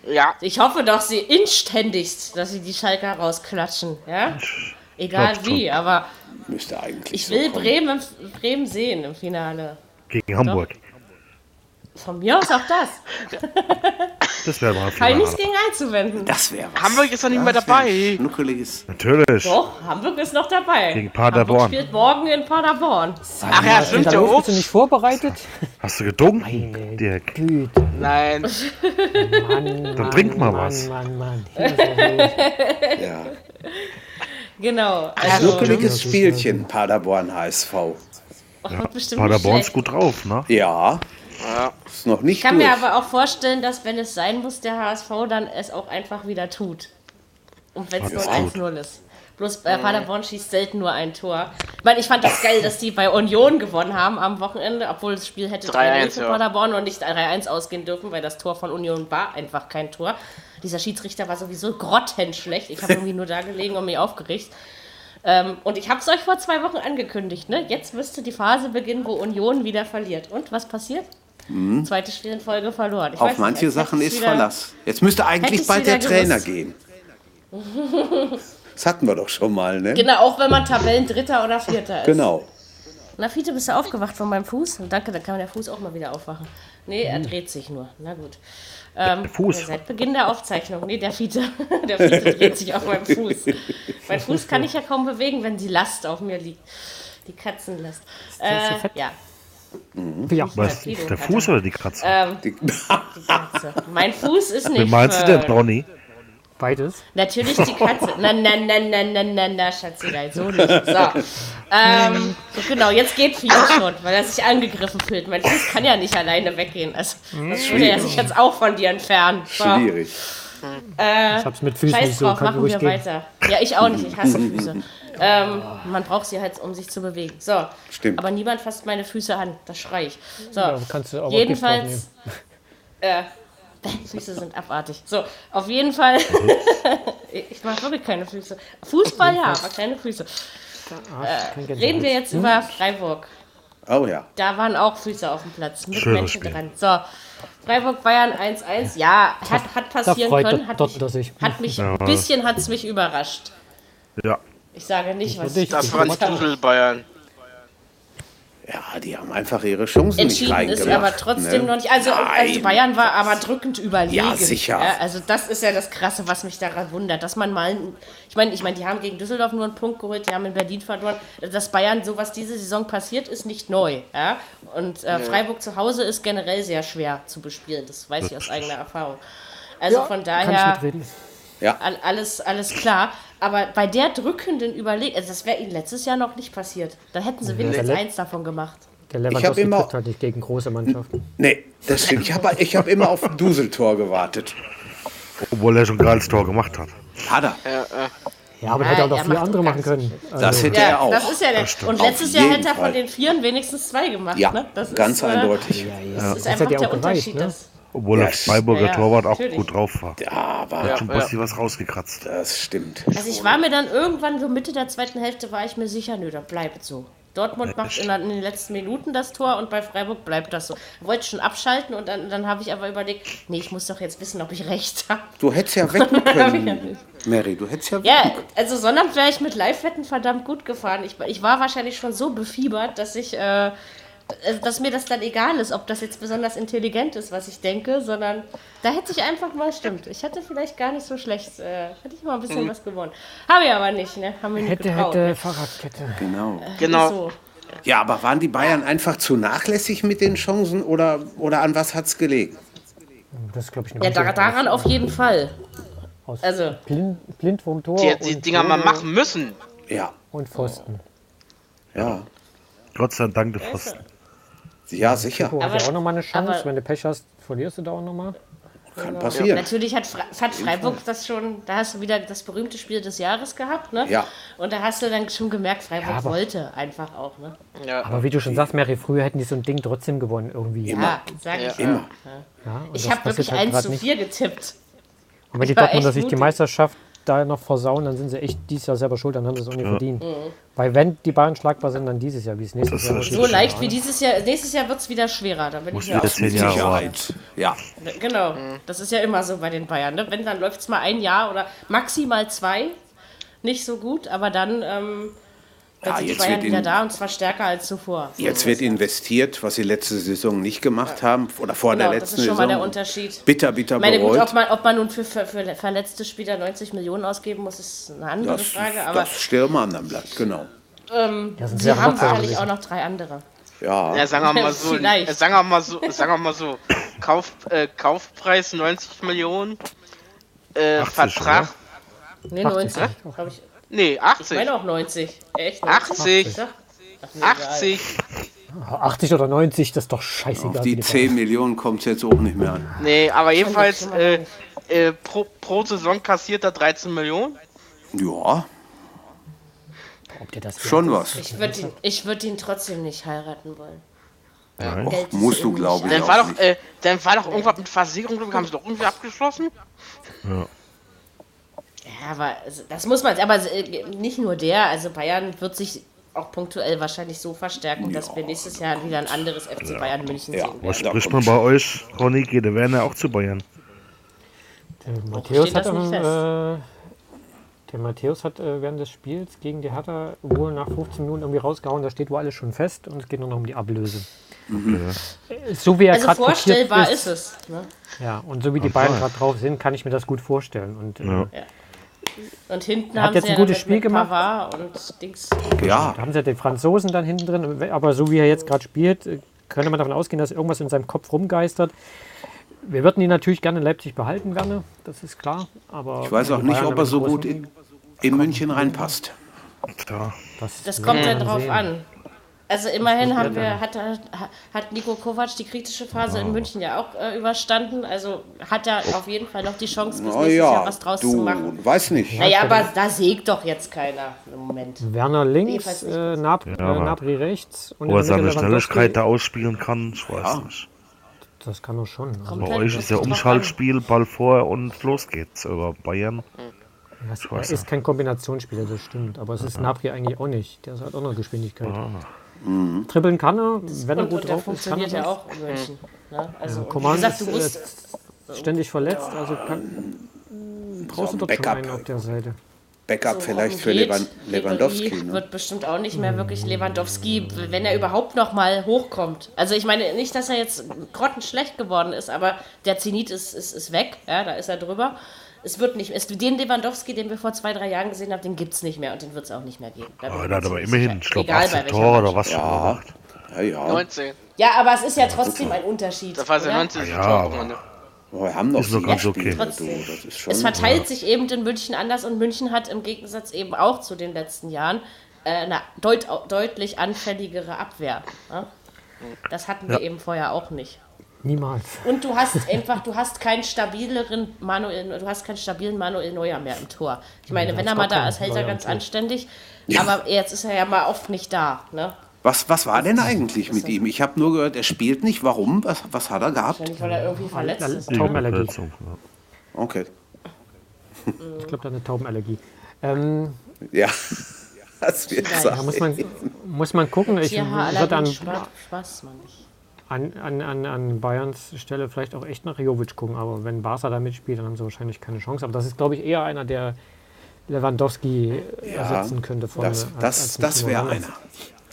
S3: Ja,
S2: Ich hoffe doch, sie inständigst, dass sie die Schalker rausklatschen. Ja? Egal
S6: glaub
S2: wie, aber
S4: Müsste eigentlich.
S2: ich
S4: so
S2: will
S4: kommen.
S2: Bremen, im- Bremen sehen im Finale.
S6: Gegen Hamburg.
S2: Von mir aus auch das.
S6: Das wäre mal ein
S2: Kann ich nichts
S6: Finale.
S2: gegen einzuwenden.
S4: Das wäre was.
S3: Hamburg ist doch nicht mehr dabei.
S4: Schnuckeliges.
S6: Natürlich.
S2: Doch, Hamburg ist noch dabei.
S6: Gegen
S2: Hamburg
S6: Paderborn.
S2: spielt morgen in Paderborn.
S3: Ach ja, stimmt,
S5: Sind
S3: der
S5: da bist du
S3: Obst.
S5: nicht vorbereitet?
S6: Hast du getrunken, Dirk?
S5: Güte,
S3: Nein,
S5: Mann, Mann,
S6: trink mal
S5: Mann,
S6: was.
S5: Mann, Mann.
S2: Äh.
S5: Hier ist er nicht.
S4: Ja.
S2: Genau. Also,
S4: Schnuckeliges Spielchen, Paderborn HSV.
S2: wird bestimmt nicht
S6: Paderborn ist
S2: schlecht.
S6: gut drauf, ne?
S4: Ja. Ist noch nicht
S2: Ich kann
S4: durch.
S2: mir aber auch vorstellen, dass wenn es sein muss, der HSV dann es auch einfach wieder tut. Und wenn es nur ein 1-0 ist. Bloß äh, Paderborn schießt selten nur ein Tor. Ich meine, ich fand das geil, dass die bei Union gewonnen haben am Wochenende, obwohl das Spiel hätte 3-1 für
S3: 3-1, ja.
S2: Paderborn und nicht 3-1 ausgehen dürfen, weil das Tor von Union war einfach kein Tor. Dieser Schiedsrichter war sowieso grottenschlecht.
S4: *laughs*
S2: Ich habe irgendwie nur da gelegen und mich aufgeregt. Ähm, und ich habe es euch vor zwei Wochen angekündigt. Ne? Jetzt müsste die Phase beginnen, wo Union wieder verliert. Und was passiert? Zweites Spiel in Folge verloren. Ich
S4: Mhm. Auf
S2: weiß
S4: manche
S2: nicht, als
S4: Sachen
S2: hätte
S4: ist
S2: ich wieder-
S4: Verlass. Jetzt müsste
S2: Hätte
S4: eigentlich
S2: ich's
S4: bald
S2: wieder
S4: der Trainer
S2: gewusst.
S4: gehen. Das hatten wir doch schon mal, ne?
S2: Genau, auch wenn man Tabellendritter oder Vierter ist.
S4: Genau.
S2: Na, Fiete, bist du aufgewacht von meinem Fuß? Danke, dann kann der Fuß auch mal wieder aufwachen. Nee,
S4: Mhm.
S2: er dreht sich nur. Na gut. Ähm, der
S6: Fuß.
S2: Seit Beginn der Aufzeichnung. Nee, der Fiete. *laughs* Der Fiete dreht sich auf meinem Fuß. Mein Fuß kann ich ja kaum bewegen, wenn die Last auf mir liegt. Die Katzenlast.
S5: das so
S2: Äh,
S5: fett?
S2: ja.
S5: Ja.
S6: Was?
S2: Rapido
S6: Ist der
S2: hat
S6: Fuß
S2: er.
S6: oder die Katze?
S5: Äh,
S2: Ähm,
S4: Die,
S2: die Katze. Mein Fuß ist nicht.
S6: Wen meinst du
S2: voll.
S6: denn, Brownie?
S5: Beides.
S2: Natürlich die Katze. Na, na, na, na, na, na, na, Schatzilein, so nicht. So. Ähm, so genau, jetzt geht Fio schon, weil er sich angegriffen fühlt. Mein Fuß kann ja nicht alleine weggehen. Also, das würde er sich jetzt auch von dir entfernen. So,
S4: schwierig.
S2: äh,
S5: Ich hab's mit Füßen
S2: Scheiß
S5: nicht so,
S2: drauf,
S5: kann
S2: machen
S5: ruhig
S2: wir
S5: gehen.
S2: weiter. Ja, ich auch nicht, ich hasse Füße. ähm, man braucht sie halt, um sich zu bewegen. So.
S4: Stimmt.
S2: Aber niemand fasst meine Füße an, das schrei ich. So.
S5: Ja, aber kannst du auch mal
S2: Jedenfalls. Äh, *laughs* Füße sind abartig. So, auf jeden Fall. *laughs* ich mache wirklich keine Füße. Fußball ja, aber keine Füße. Äh, Reden wir jetzt über Freiburg.
S4: Oh ja.
S2: Da waren auch Füße auf dem Platz mit
S6: Schönes
S2: Menschen
S6: Spiel.
S2: dran. So, Freiburg-Bayern 1-1. Ja, hat, hat passieren
S5: freut
S2: können. Hat
S5: Dott-
S2: mich,
S5: Dott sich.
S2: Hat mich ein bisschen hat's mich überrascht.
S6: Ja.
S2: Ich sage nicht, was
S5: nur
S2: ich
S5: dich.
S3: Das war Dusel Bayern.
S4: Ja, die haben einfach ihre Chancen nicht
S2: entschieden
S4: reingemacht.
S2: ist, aber trotzdem
S4: ne?
S2: noch nicht. Also, also
S4: Nein.
S2: Bayern war aber drückend überlegen.
S4: Ja, sicher.
S2: Ja, also das ist ja das Krasse, was mich daran wundert, dass man mal, ich meine, ich meine, die haben gegen Düsseldorf nur einen Punkt geholt, die haben in Berlin verloren. Dass Bayern sowas diese Saison passiert, ist nicht neu. Ja? Und äh, Freiburg zu Hause ist generell sehr schwer zu bespielen. Das weiß ich aus eigener Erfahrung. Also von daher.
S5: Kann ich mitreden?
S4: Ja,
S2: All- alles, alles klar. Aber bei der drückenden Überlegung, also das wäre ihnen letztes Jahr noch nicht passiert. Dann hätten sie wenigstens
S5: le-
S2: eins davon gemacht.
S5: Der Lewandowski
S4: immer-
S5: trifft halt nicht gegen große Mannschaften.
S4: nee, das stimmt. Ich habe ich hab immer auf ein Duseltor gewartet.
S6: Obwohl er schon ein geiles Tor gemacht hat.
S4: Hat er.
S5: Ja, aber hätte
S2: Ja,
S5: auch noch
S2: er
S5: vier
S2: macht
S5: andere
S2: doch
S5: machen
S2: ganz
S5: können.
S4: Das hätte er auch.
S2: das ist ja der. Und letztes
S4: Auf
S2: Jahr
S4: jeden
S2: hätte er von
S4: Fall.
S2: den Vieren wenigstens zwei gemacht.
S4: ja,
S2: ne? das
S4: ganz
S2: ist, äh,
S4: eindeutig.
S2: Das ist
S5: Das
S2: einfach
S5: hätte ja
S2: der
S5: auch gereicht,
S2: Unterschied.
S5: ne?
S2: dass-
S6: Obwohl der
S4: Ja,
S6: Freiburger
S2: ja, ja,
S6: Torwart auch
S2: natürlich.
S6: gut drauf war.
S4: Ja, aber
S6: Schon Basti was rausgekratzt.
S4: das stimmt.
S2: Also ich war mir dann irgendwann so Mitte der zweiten Hälfte war ich mir sicher, nö, da bleibt so. Dortmund macht in, der- in den letzten Minuten das Tor und bei Freiburg bleibt das so. Wollte schon abschalten und dann, dann habe ich aber überlegt, nee, ich muss doch jetzt wissen, ob ich *laughs* recht habe.
S4: Du
S2: *laughs*
S4: hättest ja wetten können, Mary. Du hättest ja wetten
S2: Ja, also Sonnabend wäre ich mit Live-Wetten verdammt gut gefahren. Ich, ich war wahrscheinlich schon so befiebert, dass ich, äh, dass mir das dann egal ist, ob das jetzt besonders intelligent ist, was ich denke, sondern da hätte ich einfach mal, stimmt, ich hätte vielleicht gar nicht so schlecht, äh, hätte ich mal ein bisschen was gewonnen. Habe ich aber nicht, ne? Haben wir nicht
S5: Mhm. Hätte,
S2: getraut.
S5: hätte, Fahrradkette.
S4: Genau.
S3: Genau.
S2: So.
S4: Ja, aber waren die Bayern einfach zu nachlässig mit den Chancen oder, oder an was hat's gelegen?
S5: Das glaube ich nicht.
S2: Ja, da, daran auf jeden Fall.
S5: Aus
S2: also-
S5: blind, blind vom Tor.
S3: Die hätten die
S5: und
S3: Dinger mal
S5: Tore
S3: machen müssen.
S4: Ja,
S5: Und Pfosten.
S4: ja.
S6: Gott sei Dank, der Pfosten.
S4: Ja, sicher.
S5: Du hast ja auch nochmal eine Chance.
S2: aber-
S5: Wenn du Pech hast, verlierst du da auch nochmal.
S4: Kann passieren.
S2: Natürlich hat, Fre hat Freiburg das schon, da hast du wieder das berühmte Spiel des Jahres gehabt, ne?
S4: Ja.
S2: Und da hast du dann schon gemerkt, Freiburg
S5: aber-
S2: wollte einfach auch, ne?
S5: Aber wie du schon sagst, Mary, früher hätten die so ein Ding trotzdem gewonnen irgendwie.
S2: Ja, Ah, sag ich ja.
S4: Immer.
S5: Ja, und
S2: Ich
S5: das
S2: habe
S5: passiert
S2: wirklich
S5: halt
S2: 1
S5: grad
S2: zu
S5: nicht.
S2: 4 getippt.
S5: Und wenn die
S2: Ich war
S5: Dortmunder
S2: echt
S5: sich die
S2: mutig.
S5: Meisterschaft da noch versauen, dann sind sie echt dieses Jahr selber schuld, dann haben sie es auch nicht verdient.
S2: Mhm.
S5: Weil wenn die Bayern schlagbar sind, dann dieses Jahr, wie es nächstes
S6: Das
S5: Jahr
S6: ist
S5: wird.
S2: So leicht wie dieses Jahr. Nächstes Jahr wird es wieder schwerer. Da bin ich
S6: Muss
S2: ja
S6: wieder
S2: auch.
S6: zehn Jahre warten.
S4: Sicherheit. Ja.
S2: Genau.
S4: Mhm.
S2: Das ist ja immer so bei den Bayern. Ne? Wenn, dann läuft es mal ein Jahr oder maximal zwei. Nicht so gut, aber dann, ähm, dann
S4: Ja,
S2: sind die
S4: jetzt
S2: Bayern
S4: wird
S2: wieder
S4: in,
S2: da und zwar stärker als zuvor. So.
S4: Jetzt wird investiert, was sie letzte Saison nicht gemacht haben oder vor
S2: Genau,
S4: der
S2: das
S4: letzten
S2: ist schon
S4: Saison.
S2: mal der Unterschied.
S4: Bitter, bitter
S2: Ich meine, gut, ob
S4: bereut.
S2: man, ob man nun für, für, für verletzte Spieler 90 Millionen ausgeben muss, ist eine andere
S4: Das,
S2: Frage. Aber
S4: das steht immer am anderen Blatt, genau.
S5: Ja, sonst
S2: sie
S5: wäre
S2: haben
S5: Gladbach
S2: sicherlich
S5: gewesen.
S2: auch noch drei andere.
S3: Ja,
S4: Ja,
S3: sagen wir mal so,
S2: Vielleicht.
S3: äh, sagen wir mal so, sagen wir mal so, Kauf, äh, Kaufpreis 90 Millionen, äh,
S6: 80,
S3: Vertrag,
S2: Nee,
S5: 80,
S2: 90. Glaub ich
S3: nee,
S2: ich
S3: 80,
S2: meine auch 90. Echt?
S3: 80,
S2: Ach, nee, egal.
S3: 80,
S5: Aber 80 oder 90, das ist doch scheißegal.
S4: auf
S5: wie
S4: die
S5: die
S4: 10 Millionen kommt es jetzt auch nicht mehr an.
S3: nee, aber jedenfalls,
S2: schon mal
S3: äh, äh, pro, pro Saison kassiert er 13 Millionen.
S4: Ja,
S5: Bayern- ob dir das
S4: schon was.
S2: Ich würde ihn, ich würd ihn trotzdem nicht heiraten wollen.
S4: Och, musst du, glaube ich.
S3: Dann war
S4: Auch
S3: doch,
S4: nicht.
S3: äh, dann war doch irgendwas mit Versicherung, glaub ich, haben sie doch irgendwie abgeschlossen?
S2: Ja, aber also, das muss man. Aber äh, nicht nur der. Also Bayern wird sich auch punktuell wahrscheinlich so verstärken, dass wir nächstes Jahr wieder ein anderes FC Bayern München
S4: Ja.
S2: sehen
S6: Was
S2: werden.
S4: Da
S6: spricht man
S4: kommt
S6: bei euch, Ronny? Geht der Werner auch zu Bayern?
S5: Der Hm, Matthäus
S2: steht
S5: hat,
S2: das
S5: am,
S2: nicht fest.
S5: äh, der Matthäus hat äh, während des Spiels gegen die Hertha wohl nach 15 Minuten irgendwie rausgehauen, da steht wohl alles schon fest und es geht nur noch um die Ablöse.
S4: Mhm.
S5: Äh, So wie er
S2: Also
S5: gerade
S2: vorstellbar
S5: kotiert
S2: ist es. Ne?
S5: Ja, und so wie die beiden gerade drauf sind, kann ich mir das gut vorstellen. Und äh,
S2: Und hinten
S5: Er hat
S2: haben
S5: jetzt
S2: sie
S5: ein
S2: ja
S5: gutes
S2: mit-
S5: Spiel
S2: mit
S5: gemacht.
S2: Pavard und Dings.
S4: Ja,
S5: da haben sie ja den Franzosen dann hinten drin, aber so wie er jetzt gerade spielt, äh, könnte man davon ausgehen, dass irgendwas in seinem Kopf rumgeistert. Wir würden ihn natürlich gerne in Leipzig behalten, gerne, das ist klar. Aber
S4: Ich weiß auch
S5: die
S4: nicht,
S5: Bayern
S4: ob er
S5: haben
S4: so
S5: großen-
S4: gut in, in München reinpasst.
S6: Tja,
S2: Das
S5: werden
S2: kommt
S5: wir
S2: ja
S5: dann
S2: drauf
S5: sehen.
S2: an. Also immerhin haben wir, hat, er- hat Nico Kovac die kritische Phase in München ja auch äh, überstanden. Also hat er auf jeden Fall noch die Chance, bis nächstes Jahr
S4: Naja,
S2: was draus zu
S4: du,
S2: machen.
S4: weiß nicht.
S2: Naja, aber da sägt doch jetzt keiner im Moment.
S5: Werner links,
S2: Jedenfalls nicht.
S5: äh, Nab äh,
S6: aber-
S5: Napri rechts. Und in
S6: Wo
S5: der
S6: er
S5: Mitte
S6: seine
S5: Lewandowski.
S6: Schnelligkeit da ausspielen kann, ich weiß nicht.
S5: Das kann er schon. Also,
S6: Bei euch ist ja Umschaltspiel, Ball vor und los geht's. Aber Bayern,
S5: das, er ist kein Kombinationsspieler, das stimmt. Aber es ist Napri eigentlich auch nicht. Der hat auch noch Geschwindigkeit.
S6: Ah.
S5: Trippeln kann er, wenn er
S2: Mhm. Und, und
S5: gut
S2: der
S5: drauf ist, kann er
S2: funktioniert ja
S5: das.
S2: auch in München. Ne? Also, und wie
S5: Coman
S2: gesagt,
S5: ist
S2: du musst,
S5: äh, ständig verletzt, also kann, brauchst du
S4: ein
S5: doch schon
S4: Backup.
S5: einen auf der Seite.
S4: Backup vielleicht für
S2: geht,
S4: Lewan- Lewandowski. Ne?
S2: Wird bestimmt auch nicht mehr wirklich Lewandowski, wenn er überhaupt noch mal hochkommt. Also ich meine nicht, dass er jetzt grottenschlecht geworden ist, aber der Zenit ist, ist, ist weg, ja, da ist er drüber. Es wird nicht, es, den Lewandowski, den wir vor zwei, drei Jahren gesehen haben, den gibt es nicht mehr und den wird es auch nicht mehr geben. Da bin ich
S6: aber er hat
S2: mir
S6: aber
S2: ziemlich
S6: immerhin,
S2: sicher.
S6: ich glaube,
S2: Egal bei
S6: 18
S2: welcher
S6: Tore oder
S2: Mannschaft.
S6: was schon gemacht.
S4: Ja, ja.
S3: 19.
S2: Ja, aber es ist ja trotzdem ein Unterschied.
S3: Da war es ja
S2: oder?
S3: 19.
S6: Ja,
S3: Tor am
S6: aber-
S3: Wochenende.
S4: Oh, wir haben noch
S6: Ist noch
S4: sieben
S6: ganz okay.
S4: Spiele,
S2: Trotzdem.
S4: du, das ist schon
S2: Es verteilt sich eben in München anders und München hat im Gegensatz eben auch zu den letzten Jahren äh, eine deut deutlich anfälligere Abwehr. Ne? Das hatten wir eben vorher auch nicht.
S5: Niemals.
S2: Und du
S5: *laughs*
S2: hast einfach, du hast keinen stabileren Manuel, du hast keinen stabilen Manuel Neuer mehr im Tor. Ich meine,
S5: Ja,
S2: wenn
S5: es
S2: er mal
S5: gab
S2: da
S5: keinen
S2: ist, hält er
S5: Neuer im
S2: ganz
S5: Tor.
S2: anständig. Aber jetzt ist er ja mal oft nicht da. Ne?
S4: Was, was war denn eigentlich mit ihm? Ich habe nur gehört, er spielt nicht. Warum? Was, was hat er gehabt?
S2: Wahrscheinlich, weil er irgendwie verletzt ist.
S5: Taubenallergie.
S6: Verletzung, ja.
S4: Okay.
S5: Ich glaube, da eine Taubenallergie. Ähm,
S4: Ja. *laughs* Das wird
S5: da
S4: sagen.
S5: muss man, muss man gucken. Ich würde
S2: Tierhaarallergie,
S5: an,
S2: Spaß, Spaß, Mann.
S5: an, an, an, an Bayerns Stelle vielleicht auch echt nach Jovic gucken. Aber wenn Barca da mitspielt, dann haben sie wahrscheinlich keine Chance. Aber das ist, glaube ich, eher einer, der Lewandowski ersetzen könnte. Vorne,
S2: äh,
S4: Das,
S5: als-
S4: das,
S5: als
S4: das
S5: Timo
S4: wäre
S5: Werner.
S4: einer.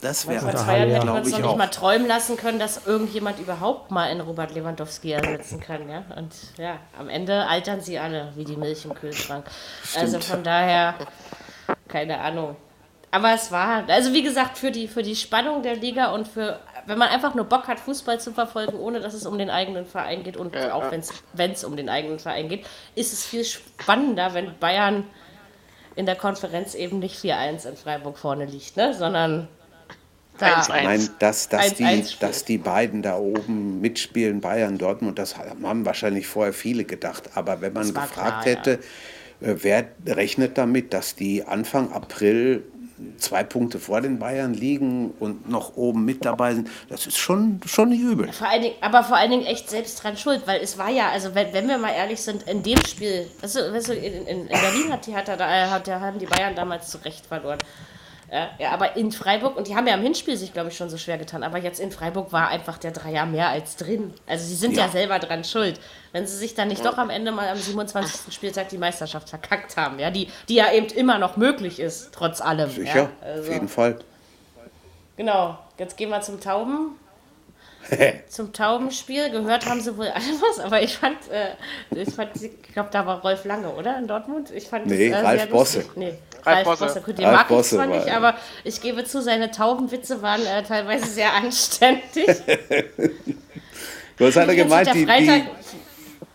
S4: Das wäre
S2: Vor
S4: einer.
S2: zwei Jahren hätten wir
S4: Glaube
S2: uns
S4: ich
S2: noch nicht
S4: auch.
S2: mal träumen lassen können, dass irgendjemand überhaupt mal einen Robert Lewandowski ersetzen kann. Ja? Und ja, am Ende altern sie alle wie die Milch im Kühlschrank. Also von daher, keine Ahnung. Aber es war, also wie gesagt, für die, für die Spannung der Liga und für, wenn man einfach nur Bock hat, Fußball zu verfolgen, ohne dass es um den eigenen Verein geht und auch wenn es um den eigenen Verein geht, ist es viel spannender, wenn Bayern in der Konferenz eben nicht 4-1 in Freiburg vorne liegt, ne? sondern da
S3: 1-1.
S4: Nein, dass, dass, die,
S2: 1-1 spielt.
S4: dass die beiden da oben mitspielen, Bayern, Dortmund, das haben wahrscheinlich vorher viele gedacht. Aber wenn man
S2: Das war
S4: gefragt
S2: klar, ja.
S4: hätte, äh, wer rechnet damit, dass die Anfang April zwei Punkte vor den Bayern liegen und noch oben mit dabei sind, das ist schon, schon nicht übel.
S2: Vor allen Dingen, aber vor allen Dingen echt selbst dran schuld, weil es war ja, also wenn, wenn wir mal ehrlich sind, in dem Spiel, weißt du, weißt du in, in, in Berlin hat die, hat, er da, äh, hat, da haben die Bayern damals zu Recht verloren. Ja, ja, aber in Freiburg, und die haben ja im Hinspiel sich, glaube ich, schon so schwer getan, aber jetzt in Freiburg war einfach der Dreier mehr als drin. Also sie sind ja,
S4: Ja.
S2: selber dran schuld. Wenn sie sich dann nicht doch am Ende mal am 27. Spieltag die Meisterschaft verkackt haben, ja, die, die ja eben immer noch möglich ist, trotz allem.
S4: Sicher,
S2: Ja,
S4: auf
S2: also.
S4: jeden Fall.
S2: Genau, jetzt gehen wir zum
S4: *laughs*
S2: Tauben. zum Taubenspiel. Gehört haben sie wohl alle was, aber ich fand, äh, ich, fand ich glaube, da war Rolf Lange, oder? In Dortmund? Ich fand
S4: Nee,
S2: das, äh,
S4: Ralf
S2: sehr lustig.
S4: Bosse.
S2: Nee, Ralf,
S3: Bosse.
S2: Bosse. Gut, den
S4: Ralf
S2: mag ich
S4: Bosse
S2: zwar
S4: war-
S2: nicht, aber ich gebe zu, seine Taubenwitze waren äh, teilweise sehr
S4: *laughs*
S2: anständig.
S4: Was hat er
S2: Jetzt
S4: gemeint?
S2: wird
S4: Die,
S2: der
S4: die,
S2: Freitag-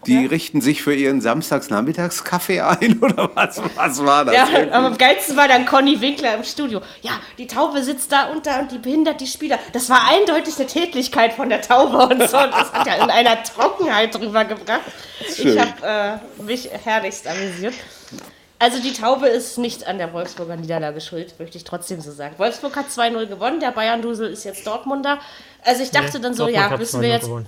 S4: die richten sich für ihren Samstagsnachmittagskaffee ein *laughs* oder was, was war das?
S2: Ja, aber am geilsten war dann Conny Winkler im Studio. Ja, die Taube sitzt da und da und die behindert die Spieler. Das war eindeutig eine Tätlichkeit von der Taube und so. Und das hat er in einer Trockenheit drüber gebracht. Ich
S4: Schön.
S2: habe äh, mich herrlichst amüsiert. Also die Taube ist nicht an der Wolfsburger Niederlage schuld, möchte ich trotzdem so sagen. Wolfsburg hat 2-0 gewonnen, der Bayern-Dusel ist jetzt Dortmunder. Also ich dachte dann so,
S5: Dortmund
S2: ja,
S5: hat
S2: müssen wir
S5: 2-0
S2: jetzt
S5: gewonnen.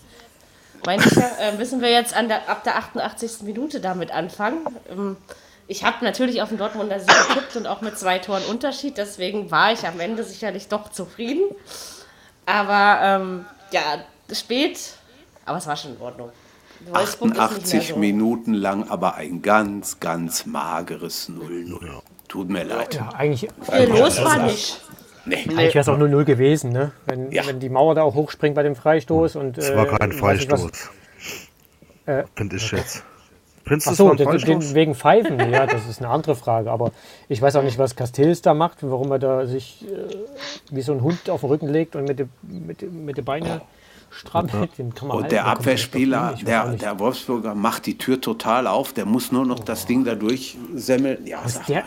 S2: Meinte ich ja, äh, müssen wir jetzt an der, ab der 88. Minute damit anfangen. Ähm, ich habe natürlich auf den Dortmunder Sieg getippt und auch mit zwei Toren Unterschied, deswegen war ich am Ende sicherlich doch zufrieden. Aber ähm, ja, spät, aber es war schon in Ordnung. Wolfsburg ist nicht
S4: 88
S2: mehr
S4: Minuten lang, aber ein ganz, ganz mageres 0-0. Tut mir leid.
S5: Ja, eigentlich,
S2: so. Viel los war nicht.
S4: Nee.
S5: eigentlich wäre es auch 0-0 gewesen, ne? wenn,
S4: Ja.
S5: wenn die Mauer da auch hochspringt bei dem Freistoß. Und,
S6: Es war
S5: äh,
S6: kein
S5: weiß nicht, was-
S6: Freistoß. Finde ich jetzt. Prinzen
S5: Achso,
S6: von Holstein.
S5: wegen Pfeifen,
S6: *laughs*
S5: ja, das ist eine andere Frage. Aber ich weiß auch nicht, was Castells da macht, warum er da sich äh, wie so ein Hund auf den Rücken legt und mit den mit, den- mit den Beinen strampelt. Den kann man halten,
S4: Und der
S5: da kommt
S4: Abwehrspieler,
S5: nicht auf ihn, ich weiß auch
S4: der,
S5: nicht.
S4: der Wolfsburger, macht die Tür total auf. Der muss nur noch das Ding da durchsemmeln. Ja,
S5: Oh. Was
S4: sag
S5: der,
S4: mal.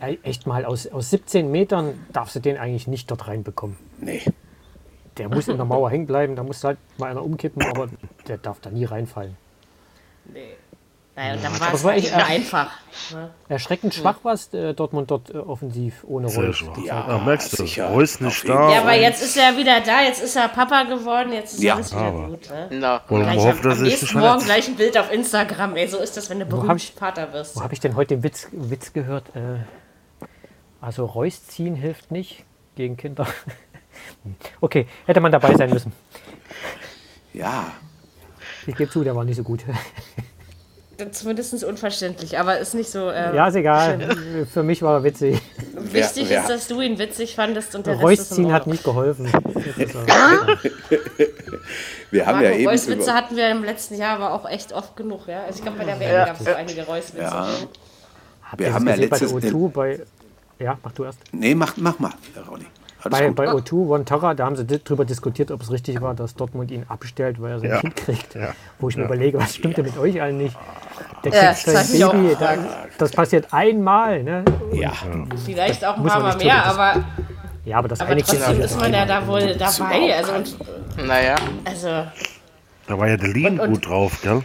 S5: Ey, echt mal, aus, aus 17 Metern darfst du den eigentlich nicht dort reinbekommen.
S4: Nee.
S5: Der muss in der Mauer hängen bleiben, da muss halt mal einer umkippen, aber der darf da nie reinfallen.
S2: Nee. Naja, und dann war
S5: Das
S2: es
S5: war
S2: eigentlich
S5: echt
S2: nur
S5: ach.
S2: einfach.
S5: Erschreckend schwach war es äh, Dortmund dort äh, offensiv ohne
S6: Sehr
S5: Rolf.
S6: schwach.
S5: Die
S4: Ja,
S5: Zeit.
S6: Ja, merkst du,
S4: sicher.
S6: Reus
S4: Auf
S6: nicht
S4: jeden
S6: da.
S2: Ja, aber jetzt ist er wieder da, jetzt ist er Papa geworden, jetzt ist
S4: Ja,
S2: alles wieder
S6: aber-
S2: gut. Ne?
S3: Na,
S6: Wollen
S2: Gleich
S6: wir hoffen,
S2: am,
S6: dass
S2: am
S6: er sich nicht
S2: nächsten Morgen
S6: verletzt.
S2: gleich ein Bild auf Instagram. Ey, so ist das, wenn du
S5: hab
S2: berühmt
S5: ich-
S2: Vater wirst.
S5: Wo habe ich denn heute den Witz, Witz gehört? Äh, also Reus ziehen hilft nicht gegen Kinder. *laughs* Okay, hätte man dabei sein müssen.
S4: Ja.
S5: Ich gebe zu, der war nicht so gut.
S2: Zumindest unverständlich, aber ist nicht so. Äh,
S5: *laughs* Ja, ist egal. Für mich war er witzig.
S2: Wichtig
S4: wer-
S2: ist, dass du ihn witzig fandest und der
S5: Reus
S2: Rest ist in
S5: ziehen hat
S2: Ordnung.
S5: nicht *laughs* geholfen.
S4: Wir haben
S2: Marco,
S4: ja eben.
S2: Reus-Witze
S4: Über,
S2: hatten wir im letzten Jahr aber auch echt oft genug, ja. Also ich glaube, bei der WM gab es so einige Reus-Witze.
S4: ja,
S5: Habt
S4: Wir
S5: ihr das
S4: haben ja
S5: gesehen
S4: letztes-
S5: bei der O2 bei. Ja, mach du erst.
S4: nee, mach, mach mal, Ronny. Alles
S5: Bei,
S4: gut.
S5: bei O2 One Terra, da haben sie di- drüber diskutiert, ob es richtig war, dass Dortmund ihn abstellt, weil er sein Kind kriegt. Wo ich mir überlege, was stimmt denn mit euch allen nicht? Der
S2: Ja,
S5: kriegt
S2: das hab ich auch
S5: sein Baby. Da, das passiert einmal. Ne?
S4: ja.
S2: Vielleicht auch ein
S5: Muss
S2: paar
S5: man
S2: Mal
S5: nicht
S2: mehr,
S5: drüber
S2: aber,
S5: Ja, aber das
S2: aber
S5: eine Kind
S2: trotzdem
S5: ist
S2: ist man ja da wohl dabei. Also, und,
S3: naja.
S2: also
S6: Da war ja der Lien gut drauf, gell?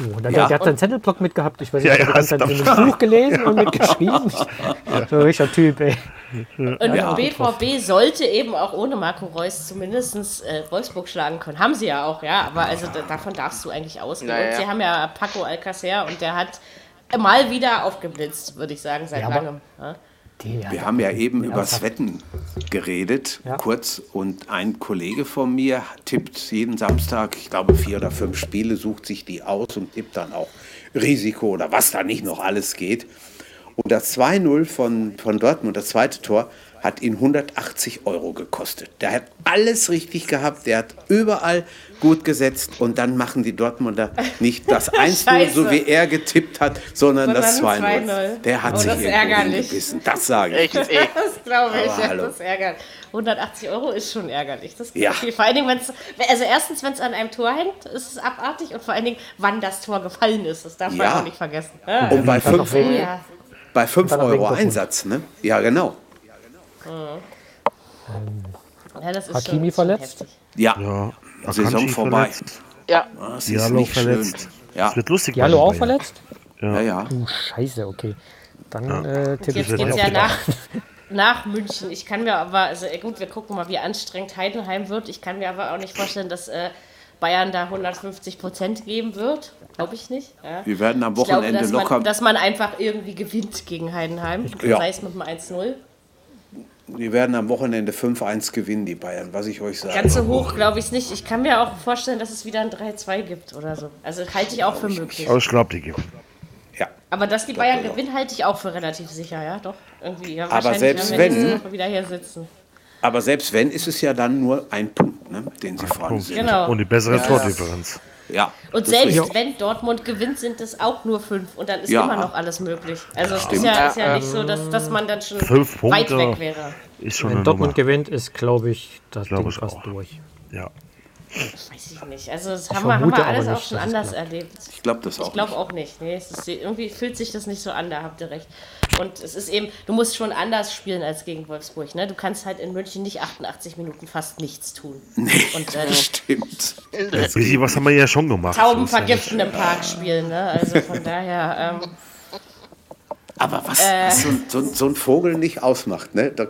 S5: Und dann, der hat seinen Zettelblock mitgehabt. Ich weiß nicht,
S6: Ja,
S5: ich habe
S6: ja,
S5: die ganze Zeit
S6: ist
S5: so ein Buch gelesen und mitgeschrieben. So ein richtiger Typ, ey.
S2: und BVB sollte eben auch ohne Marco Reus zumindest äh, Wolfsburg schlagen können. Haben sie ja auch, ja. Aber also da, davon darfst du eigentlich ausgehen.
S3: Naja.
S2: Und sie haben ja Paco Alcacer und der hat mal wieder aufgeblitzt, würde ich sagen, seit
S5: Ja, aber-
S2: langem. Ja.
S5: Die, ja,
S4: Wir haben ja eben über das Wetten geredet,
S5: Ja.
S4: kurz. Und ein Kollege von mir tippt jeden Samstag, ich glaube, vier oder fünf Spiele, sucht sich die aus und tippt dann auch Risiko oder was da nicht noch alles geht. Und das 2-0 von, von Dortmund, das zweite Tor, hat ihn 180 Euro gekostet. Der hat alles richtig gehabt, der hat überall gut gesetzt und dann machen die
S2: *laughs*
S4: Dortmunder nicht das 1-0, so
S2: Scheiße.
S4: wie er getippt hat, sondern, das
S2: Sondern
S4: 2-0.
S2: 2-0.
S4: Der hat
S2: Oh,
S4: sich
S2: das ist
S4: irgendwo
S2: ärgerlich.
S4: hingebissen, das sage ich.
S2: *laughs*
S3: Echt, eh. ey.
S2: Das glaube ich,
S4: Aber
S2: ja,
S4: hallo.
S2: das ist ärgerlich. 180 Euro ist schon ärgerlich. Das
S4: Ja.
S2: ja. viel. Vor allen Dingen, wenn es, also erstens, wenn es an einem Tor hängt, ist es abartig und vor allen Dingen, wann das Tor gefallen ist, das darf
S4: Ja.
S2: man auch nicht vergessen. Ja.
S4: Und bei 5
S5: wegen-
S2: Ja.
S4: bei fünf
S5: dann noch
S4: Euro
S5: wegen Dortmund.
S4: Einsatz, ne? Ja, genau.
S2: Ja, das ist
S5: Hakimi
S2: schon,
S5: verletzt?
S2: Schon heftig.
S4: Ja,
S6: Ja.
S4: Saison
S6: Akanji
S4: vorbei.
S6: verletzt,
S3: Ja,
S4: das ist
S6: Diallo
S4: nicht
S6: verletzt.
S4: schön. Ah. Ja,
S6: Es wird lustig.
S5: Diallo
S6: werden
S5: auch
S6: bei
S5: verletzt?
S4: ja, ja.
S5: Oh, scheiße, okay. Dann äh, tippe ich
S2: Jetzt
S6: wird
S2: geht es
S6: auch
S2: ja
S6: wieder.
S2: nach, nach München. Ich kann mir aber, also äh, gut, wir gucken mal, wie anstrengend Heidenheim wird. Ich kann mir aber auch nicht vorstellen, dass äh, Bayern da 150 Prozent geben wird. Glaube ich nicht. Ja.
S4: Wir werden am
S2: Ich glaube,
S4: Wochenende
S2: dass
S4: locker.
S2: Man, dass man einfach irgendwie gewinnt gegen Heidenheim.
S4: Ja.
S2: Sei es mit einem 1-0.
S4: wir werden am Wochenende 5-1 gewinnen, die Bayern, was ich euch sage.
S2: Ganz so hoch glaube ich es nicht. Ich kann mir auch vorstellen, dass es wieder ein 3-2 gibt oder so. Also halte ich auch für möglich.
S6: Oh, ich glaube, die gibt.
S4: ja.
S2: Aber dass die Bayern
S4: ich auch.
S2: gewinnen, halte ich auch für relativ sicher, ja, doch. Irgendwie, ja,
S4: Aber
S2: wahrscheinlich
S4: selbst
S2: werden wir nächste
S4: wenn-
S2: Woche wieder hier sitzen.
S4: Aber selbst wenn, ist es ja dann nur ein Punkt, ne? den sie vorne sind.
S2: Genau.
S6: Und die bessere Tordifferenz.
S4: Ja,
S2: Und
S4: das ist
S2: selbst
S4: richtig.
S2: wenn Dortmund gewinnt, sind es auch nur fünf. Und dann ist
S4: Ja.
S2: immer noch alles möglich. Also es ist
S4: Stimmt.
S2: ja, ist ja
S3: Ja,
S2: nicht so,
S5: Ähm,
S2: dass, dass man dann schon
S6: Fünf
S2: weit
S6: Punkte.
S2: weg wäre.
S6: Ist schon
S5: Wenn
S6: eine
S5: Dortmund
S6: Nummer.
S5: gewinnt, ist, glaube ich, das
S6: Glaub
S5: Ding
S6: ich
S5: fast
S6: auch.
S5: durch.
S6: Ja.
S2: Weiß ich nicht. Also das haben wir, haben
S5: vermute
S2: wir
S5: aber
S2: alles auch
S5: nicht,
S2: schon
S5: dass es
S2: anders
S5: klappt.
S2: erlebt.
S4: Ich glaube das auch.
S2: Ich glaube
S4: nicht. *laughs*
S2: auch nicht. Nee, es ist, irgendwie fühlt sich das nicht so an, da habt ihr recht. Und es ist eben, du musst schon anders spielen als gegen Wolfsburg. Ne? Du kannst halt in München nicht 88 Minuten fast nichts tun. Nee, und äh,
S4: Stimmt.
S6: Ein bisschen Äh, was haben wir ja schon gemacht.
S2: Tauben
S6: So ist ja
S2: vergiften im Park spielen. Ne? Also von daher, ähm,
S4: Aber was,
S2: Äh.
S4: was so, ein- so, ein- so ein Vogel nicht ausmacht, ne? Da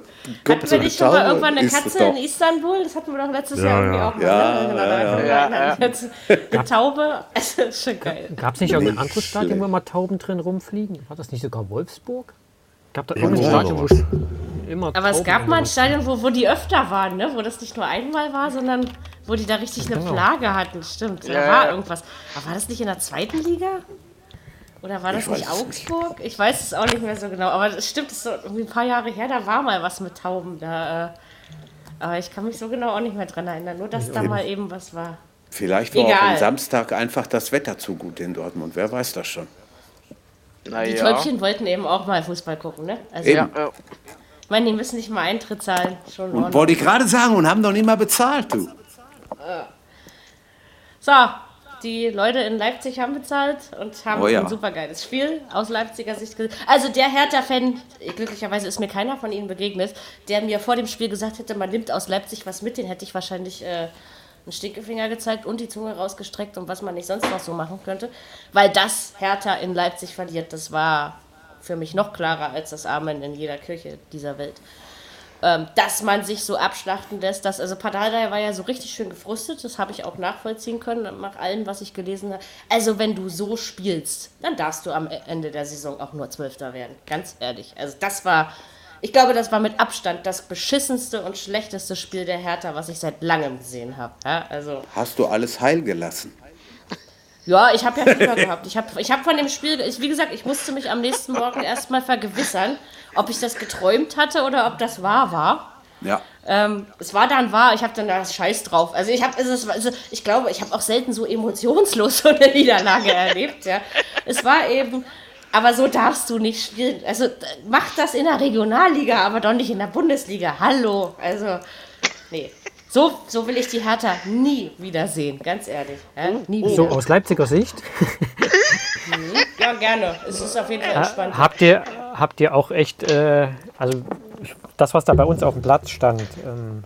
S2: hatten wir nicht schon mal irgendwann eine Katze in
S4: Ist
S2: Istanbul? Das hatten wir doch letztes
S6: Ja,
S2: Jahr irgendwie
S6: ja.
S2: auch mal.
S4: Ja,
S2: ne? genau,
S3: ja, ja.
S2: Jetzt eine Taube. *laughs* Also ist schon geil.
S5: Gab es nicht irgendein
S4: Nicht
S5: anderes Stadion,
S4: schlecht.
S5: wo mal Tauben drin rumfliegen? War das nicht sogar Wolfsburg? Gab da
S6: Irgendwo
S5: irgendein Stadion, wo
S6: war was.
S5: sch- immer
S2: Aber es
S5: Tauben
S2: gab mal ein
S5: drin
S2: Stadion, wo, wo die öfter waren, ne? wo das nicht nur einmal war, sondern wo die da richtig eine
S5: Genau.
S2: Plage hatten. Stimmt, da
S3: Ja,
S2: war
S3: ja.
S2: irgendwas. Aber war das nicht in der zweiten Liga? Oder war das
S4: weiß
S2: nicht
S4: es
S2: Augsburg? Ich weiß es auch nicht mehr so genau. Aber es stimmt, es ist so irgendwie ein paar Jahre her, da war mal was mit Tauben. Da, äh, aber ich kann mich so genau auch nicht mehr dran erinnern. Nur, dass da mal eben was war.
S4: Vielleicht war auch
S2: Egal.
S4: am Samstag einfach das Wetter zu gut in Dortmund. Wer weiß das schon?
S2: Die
S3: Naja.
S2: Täubchen wollten eben auch mal Fußball gucken, ne? Also,
S4: Eben.
S2: ich
S3: Ja, äh,
S2: meine, die müssen nicht mal Eintritt zahlen. Schon in
S4: Und
S2: Ordnung.
S4: wollte ich gerade sagen und haben doch nicht mal bezahlt, du.
S2: So, die Leute in Leipzig haben bezahlt und haben
S4: Oh ja.
S2: ein super geiles Spiel aus Leipziger Sicht gesehen. Also der Hertha-Fan, glücklicherweise ist mir keiner von ihnen begegnet, der mir vor dem Spiel gesagt hätte, man nimmt aus Leipzig was mit, den hätte ich wahrscheinlich äh, einen Stinkefinger gezeigt und die Zunge rausgestreckt und was man nicht sonst noch so machen könnte. Weil das Hertha in Leipzig verliert, das war für mich noch klarer als das Amen in jeder Kirche dieser Welt ähm, dass man sich so abschlachten lässt. Dass, also Padalda war ja so richtig schön gefrustet, das habe ich auch nachvollziehen können nach allem, was ich gelesen habe. Also wenn du so spielst, dann darfst du am Ende der Saison auch nur Zwölfter werden, ganz ehrlich. Also das war, ich glaube, das war mit Abstand das beschissenste und schlechteste Spiel der Hertha, was ich seit langem gesehen habe. Ja, also
S4: Hast du alles heil gelassen?
S2: ja, ich habe ja Fieber gehabt. Ich habe ich hab von dem Spiel, ich, wie gesagt, ich musste mich am nächsten Morgen erstmal vergewissern, ob ich das geträumt hatte oder ob das wahr war.
S4: Ja.
S2: Ähm, es war dann wahr, ich habe dann da Scheiß drauf. Also ich habe, es ist, also ich glaube, ich habe auch selten so emotionslos *laughs* so eine Niederlage erlebt. Ja. Es war eben, aber so darfst du nicht spielen. Also d- mach das in der Regionalliga, aber doch nicht in der Bundesliga. Hallo, also nee. So, so will ich die Hertha nie wiedersehen, ganz ehrlich. Ja,
S5: Oh,
S2: nie wieder.
S5: So, aus Leipziger Sicht
S2: Ja, gerne. Es ist auf jeden Fall entspannt.
S5: habt ihr, habt ihr auch echt, äh, also ich, das, was da bei uns auf dem Platz stand, ähm,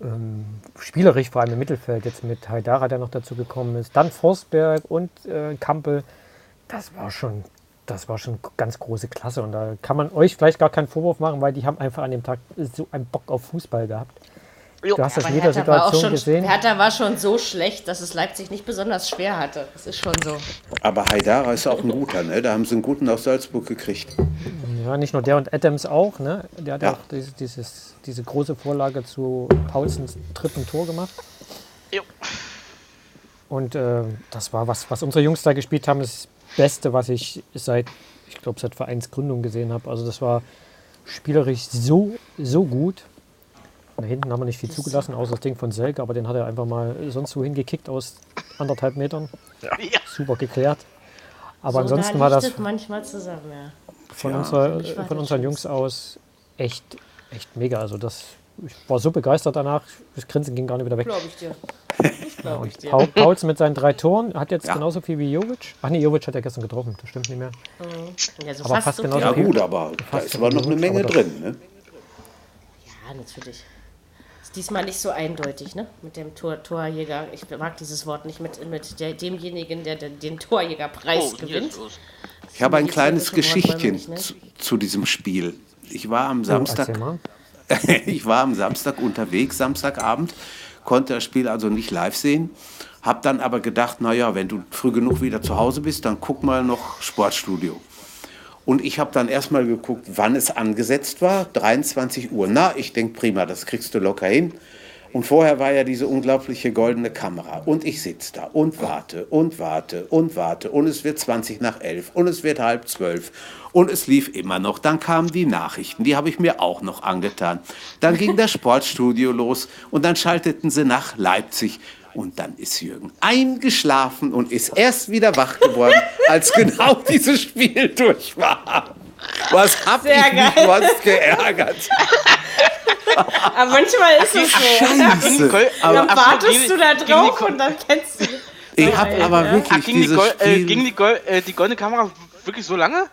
S5: ähm, spielerisch vor allem im Mittelfeld, jetzt mit Haidara, der noch dazu gekommen ist, dann Forsberg und äh, Kampel, das war schon, das war schon ganz große Klasse. Und da kann man euch vielleicht gar keinen Vorwurf machen, weil die haben einfach an dem Tag so einen Bock auf Fußball gehabt.
S3: Jo.
S5: Du hast das in
S2: Aber
S5: jeder
S2: Hertha war, auch
S5: Situation
S2: schon,
S5: gesehen.
S2: Hertha war schon so schlecht, dass es Leipzig nicht besonders schwer hatte. Das ist schon so.
S4: Aber Haidara ist auch ein guter, ne? Da haben sie einen guten aus Salzburg gekriegt.
S5: Ja, nicht nur der und Adams auch, ne? Der hat
S4: Ja.
S5: auch dieses, dieses, diese große Vorlage zu Paulsens dritten Tor gemacht.
S3: Jo.
S5: Und äh, das war was, was unsere Jungs da gespielt haben, das Beste, was ich seit, ich glaube, seit Vereinsgründung gesehen habe. Also das war spielerisch so, so gut. Da hinten haben wir nicht viel zugelassen, außer das Ding von Selke, aber den hat er einfach mal sonst so hingekickt aus anderthalb Metern.
S3: Ja.
S5: Super geklärt. Aber
S2: so,
S5: ansonsten
S2: da
S5: war das
S2: lichtet manchmal zusammen, ja.
S5: von, unserer,
S2: Ich war
S5: von
S2: da
S5: unseren Jungs aus echt, echt mega. Also das, ich war so begeistert danach, das Grinsen ging gar nicht wieder weg.
S2: Glaube ich
S5: *laughs*
S2: dir. Ich glaube ich dir.
S5: Paul, Pauls mit seinen drei Toren hat jetzt
S4: Ja.
S5: genauso viel wie Jovic. Ach nee, Jovic hat ja gestern getroffen, das stimmt nicht mehr.
S2: Ja, so
S5: aber fast
S2: so
S5: genauso
S4: Ja,
S2: viel.
S5: Okay.
S4: gut, aber da ist aber noch eine Menge drin, ne?
S2: Ja, natürlich. Ist diesmal nicht so eindeutig, ne? Mit dem Tor Torjäger. Ich mag dieses Wort nicht mit, mit der, demjenigen, der den, den Torjägerpreis
S3: Oh, hier
S2: gewinnt.
S3: ist los.
S4: Ich habe ein
S2: Die
S4: kleines
S2: Wort wollen wir
S4: Geschichtchen
S2: nicht, ne?
S4: zu, zu diesem Spiel. Ich war am
S5: Oh,
S4: Samstag
S5: erzähl mal.
S4: *laughs* ich war am Samstag unterwegs, Samstagabend, konnte das Spiel also nicht live sehen. Hab dann aber gedacht, naja, wenn du früh genug wieder zu Hause bist, dann guck mal noch Sportstudio. Und ich habe dann erstmal geguckt, wann es angesetzt war. 23 Uhr. Na, ich denke, prima, das kriegst du locker hin. Und vorher war ja diese unglaubliche goldene Kamera. Und ich sitze da und warte und warte und warte. Und es wird 20 nach 11 und es wird halb 12. Und es lief immer noch. Dann kamen die Nachrichten, die habe ich mir auch noch angetan. Dann ging das Sportstudio los und dann schalteten sie nach Leipzig. Und dann ist Jürgen eingeschlafen und ist erst wieder
S2: *laughs*
S4: wach geworden, als genau dieses Spiel durch war. Was hab
S2: Sehr
S4: ich mich
S2: geil.
S4: was geärgert?
S2: Aber manchmal ist es so.
S4: Scheiße.
S3: Köln-
S2: Und
S4: Aber
S2: dann
S3: Ach so,
S2: wartest
S3: gegen-
S2: du da
S3: gegen
S2: drauf
S3: die-
S2: und dann kennst du.
S4: ich habe aber
S3: Ach,
S4: wirklich
S3: ging die,
S4: dieses
S3: Gol äh, ging
S4: Spiel.
S3: die, Gol äh, die goldene Kamera wirklich so lange?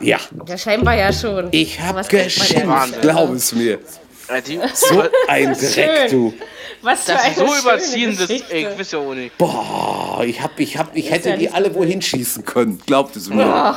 S4: Ja,
S2: Ja, scheinbar ja schon.
S4: ich
S2: Aber
S4: habe
S2: was kriegt man denn?
S4: geschimpft, glaub es mir.
S3: Äh, die,
S4: So ein Dreck,
S2: Schön.
S4: du.
S2: Was für
S3: das
S2: eine
S3: ist so
S2: schöne
S3: überziehen, das, äh,
S2: Geschichte.
S3: ey, ich weiß ja auch nicht.
S4: Boah, Oh, ich, hab, ich, hab, ich hätte
S2: ja
S4: die
S2: nicht
S4: alle wohin schießen können, glaubt es mir.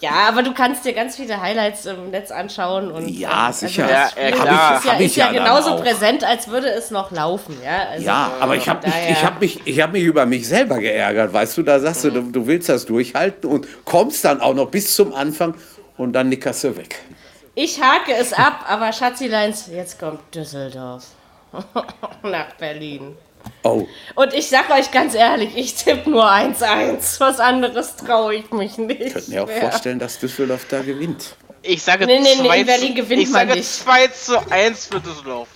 S2: Ja, aber du kannst dir ganz viele Highlights im Netz anschauen und ähm,
S4: Ja, sicher.
S2: das
S3: Ja, ja,
S2: Spiel
S3: klar.
S2: ist ja,
S4: Hab ich
S2: ist ja,
S4: ja dann
S2: genauso
S4: auch.
S2: präsent, als würde es noch laufen, ja. Also,
S4: Ja, aber ich habe mich,
S2: daher-
S4: ich hab mich, ich hab mich über mich selber geärgert, weißt du, da sagst du, du, du willst das durchhalten und kommst dann auch noch bis zum Anfang und dann nickerst du weg.
S2: Ich hake es ab, aber Schatzileins, jetzt kommt Düsseldorf *laughs* nach Berlin.
S4: Oh,
S2: Und ich sag euch ganz ehrlich, ich tippe nur 1-1. Was anderes traue ich mich nicht.
S4: könnte mir auch
S2: mehr.
S4: vorstellen, dass Düsseldorf da gewinnt.
S3: Ich sage
S2: Nee, nee, nee, in
S3: 2
S2: Berlin gewinnt
S3: ich
S2: man
S3: sage
S2: nicht.
S3: 2 zu 1 für Düsseldorf.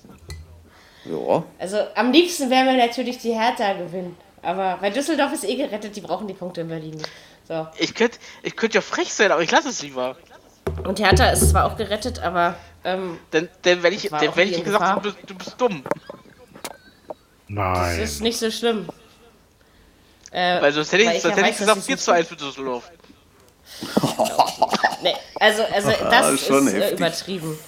S4: Ja.
S2: Also am liebsten wäre mir natürlich die Hertha gewinnen. Aber weil Düsseldorf ist eh gerettet, die brauchen die Punkte in Berlin. nicht. So.
S3: Ich könnte ich könnt ja frech sein, aber ich lasse es lieber.
S2: Und Hertha ist zwar auch gerettet, aber ähm,
S3: Denn, denn wenn ich,
S2: war
S3: denn
S2: auch
S3: wenn
S2: die
S3: ich gesagt
S2: Gefahr.
S3: habe, du, bist- du bist dumm.
S2: es
S6: Nein.
S2: ist nicht so schlimm. Äh,
S3: Weil sonst hätte ich,
S2: Weil ich
S3: sonst
S2: ja
S3: hätte
S2: weiß,
S3: ich gesagt
S2: dass sie
S3: 4 zu 1 für Düsseldorf.
S2: nee, also, also das
S4: ist schon
S2: ist äh,
S4: heftig.
S2: übertrieben.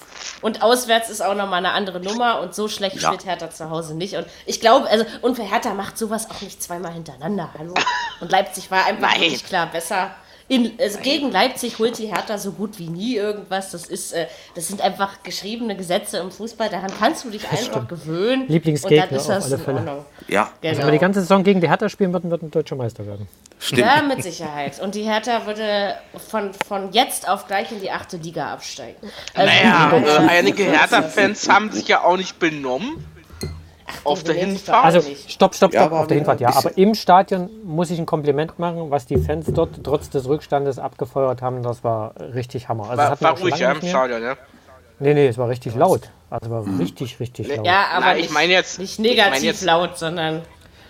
S2: Und auswärts ist auch nochmal eine andere Nummer und so schlecht
S4: Ja.
S2: spielt Hertha zu Hause nicht. Und ich glaube, also, und für Hertha macht sowas auch nicht zweimal hintereinander. Hallo? Und Leipzig war einfach
S3: Nein.
S2: nicht klar besser. In, also gegen Leipzig holt die Hertha so gut wie nie irgendwas. Das ist, äh, das sind einfach geschriebene Gesetze im Fußball. Daran kannst du dich einfach gewöhnen.
S5: Lieblingsgegner
S2: und dann ist
S5: auf
S2: das
S5: alle
S2: in
S5: Fälle.
S2: Ordnung. Genau.
S4: Ja,
S5: Wenn wir die ganze Saison gegen die Hertha spielen würden, würden wir deutscher Meister werden.
S4: stimmt.
S2: Ja, mit Sicherheit. Und die Hertha würde von, von jetzt auf gleich in die achte Liga absteigen. Also,
S3: Naja, äh, einige Hertha-Fans haben sich ja auch nicht benommen. Auf der
S2: benehmen sich
S3: Hinfahrt.
S5: Also,
S2: Auch nicht.
S5: stopp, stopp, stopp,
S4: Ja, aber
S5: auf der
S4: wir-
S5: Hinfahrt, ja. Aber im Stadion muss ich ein Kompliment machen, was die Fans dort trotz des Rückstandes abgefeuert haben. Das war richtig Hammer. Also, das
S3: war,
S5: hatten wir
S3: war
S5: auch schon
S3: ruhig
S5: lange
S3: ja, im
S5: nicht mehr.
S3: Stadion, ja.
S5: Nee, nee, es war richtig laut. Also, war richtig, richtig laut.
S2: ja, aber
S3: Nein, ich
S2: nicht,
S3: meine jetzt-
S2: nicht
S3: ich
S2: negativ
S3: meine jetzt-
S2: laut, sondern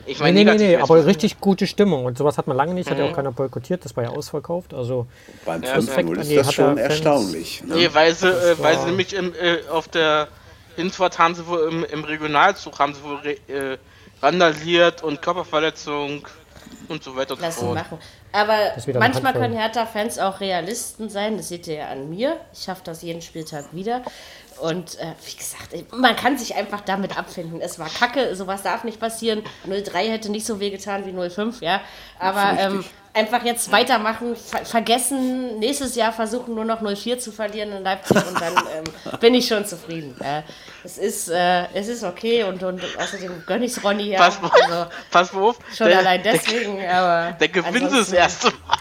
S3: Ich
S5: Nee,
S3: meine,
S5: nee, nee, nee,
S3: negativ ist-
S5: aber richtig gute Stimmung. Und sowas hat man lange nicht, hat ja auch
S2: Mhm.
S5: keiner boykottiert, das war ja ausverkauft. Also
S4: Beim
S3: Ja,
S4: 5-0
S5: perfekt.
S4: ist
S5: Nee,
S4: das
S5: hat
S4: schon
S5: er Fans-
S4: erstaunlich. Ne?
S3: Nee, weil sie, äh, weil sie nämlich im, äh, auf der Hinfahrt haben sie wohl im, im Regionalzug haben sie wohl re, äh, randaliert und Körperverletzung und so weiter und
S2: lass
S3: so
S2: ihn
S3: fort.
S2: machen. Aber
S5: ist wieder eine
S2: manchmal
S5: Handvoll.
S2: können Hertha-Fans auch Realisten sein. Das seht ihr ja an mir. Ich schaffe das jeden Spieltag wieder. Und äh, wie gesagt, ey, man kann sich einfach damit abfinden. Es war kacke, sowas darf nicht passieren. 03 hätte nicht so wehgetan wie 05, ja. Aber ähm, einfach jetzt weitermachen, ver vergessen, nächstes Jahr versuchen nur noch 04 zu verlieren in Leipzig und
S5: *laughs*
S2: dann ähm, bin ich schon zufrieden. Äh, es, ist, äh, es ist okay und, und außerdem gönne ich Ronny ja.
S3: Pass mal,
S2: Also,
S3: pass mal auf.
S2: Schon
S3: der,
S2: allein
S3: der,
S2: deswegen, aber.
S3: der gewinnt sie das
S2: ansonsten-
S3: erste Mal.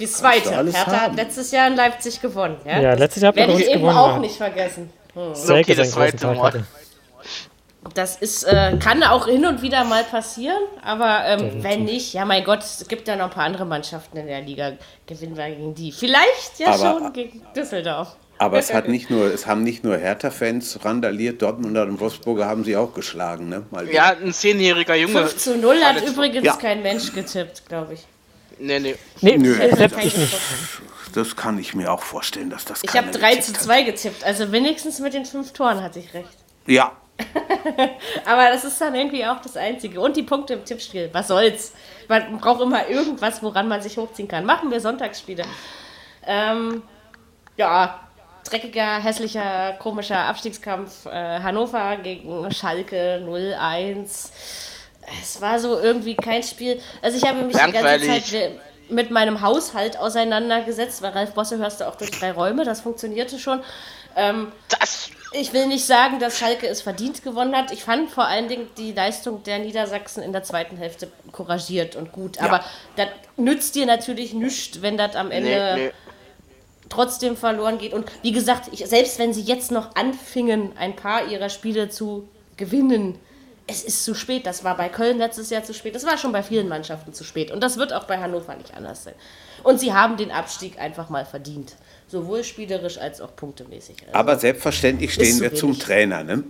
S2: Die zweite.
S4: du alles
S2: Hertha
S4: haben.
S2: hat letztes Jahr in Leipzig gewonnen. Ja,
S5: Ja,
S2: Das
S5: letztes Jahr hat man
S2: Werde ich
S5: uns
S2: eben
S5: gewonnen,
S2: auch
S5: ja.
S2: nicht vergessen. Hm.
S5: Selke
S3: okay, das
S5: seinen
S3: zweite
S5: großen Tag
S3: Mal.
S5: hatte.
S2: Das ist, äh, kann auch hin und wieder mal passieren, aber ähm, wenn nicht, ja mein Gott, es gibt ja noch ein paar andere Mannschaften in der Liga. Gewinnen wir gegen die. Vielleicht ja
S4: Aber-
S2: schon gegen Düsseldorf.
S4: Aber es, hat nicht nur, es haben nicht nur Hertha-Fans randaliert, Dortmunder und Wolfsburger haben sie auch geschlagen. Ne? Mal
S3: Ja, ein zehnjähriger Junge.
S2: 5 zu 0 hat
S3: Verletzt-
S2: übrigens
S4: Ja.
S2: kein Mensch getippt, glaube ich.
S3: Nee, nee.
S5: Nee,
S4: Nö.
S5: selbst
S2: Kein
S5: ich nicht.
S2: Kopf.
S4: Das kann ich mir auch vorstellen, dass das
S2: Ich
S4: keiner
S2: habe 3 zu
S4: gecheckt hat.
S2: 2 getippt, also wenigstens mit den 5 Toren hatte ich recht.
S4: Ja,
S2: Aber das ist dann irgendwie auch das Einzige. Und die Punkte im Tippspiel. Was soll's? Man braucht immer irgendwas, woran man sich hochziehen kann. Machen wir Sonntagsspiele. Ähm, ja, dreckiger, hässlicher, komischer Abstiegskampf. Äh, Hannover gegen Schalke 0-1. Es war so irgendwie kein Spiel. Also ich habe mich die ganze
S3: Langweilig.
S2: Zeit äh, mit meinem Haushalt auseinandergesetzt, weil Ralf Bosse hörst du auch durch drei Räume, das funktionierte schon.
S3: Das.
S2: Ich will nicht sagen, dass Schalke es verdient gewonnen hat. Ich fand vor allen Dingen die Leistung der Niedersachsen in der zweiten Hälfte couragiert und gut. Aber das nützt dir natürlich nichts, wenn das am Ende
S3: Nee, nee.
S2: trotzdem verloren geht. Und wie gesagt, ich, selbst wenn sie jetzt noch anfingen, ein paar ihrer Spiele zu gewinnen, es ist zu spät. Das war bei Köln letztes Jahr zu spät. Das war schon bei vielen Mannschaften zu spät. Und das wird auch bei Hannover nicht anders sein. Und sie haben den Abstieg einfach mal verdient. Sowohl spielerisch als auch punktemäßig. Also,
S4: aber selbstverständlich stehen
S2: so
S4: wir zum
S2: wenig.
S4: Trainer. Ne?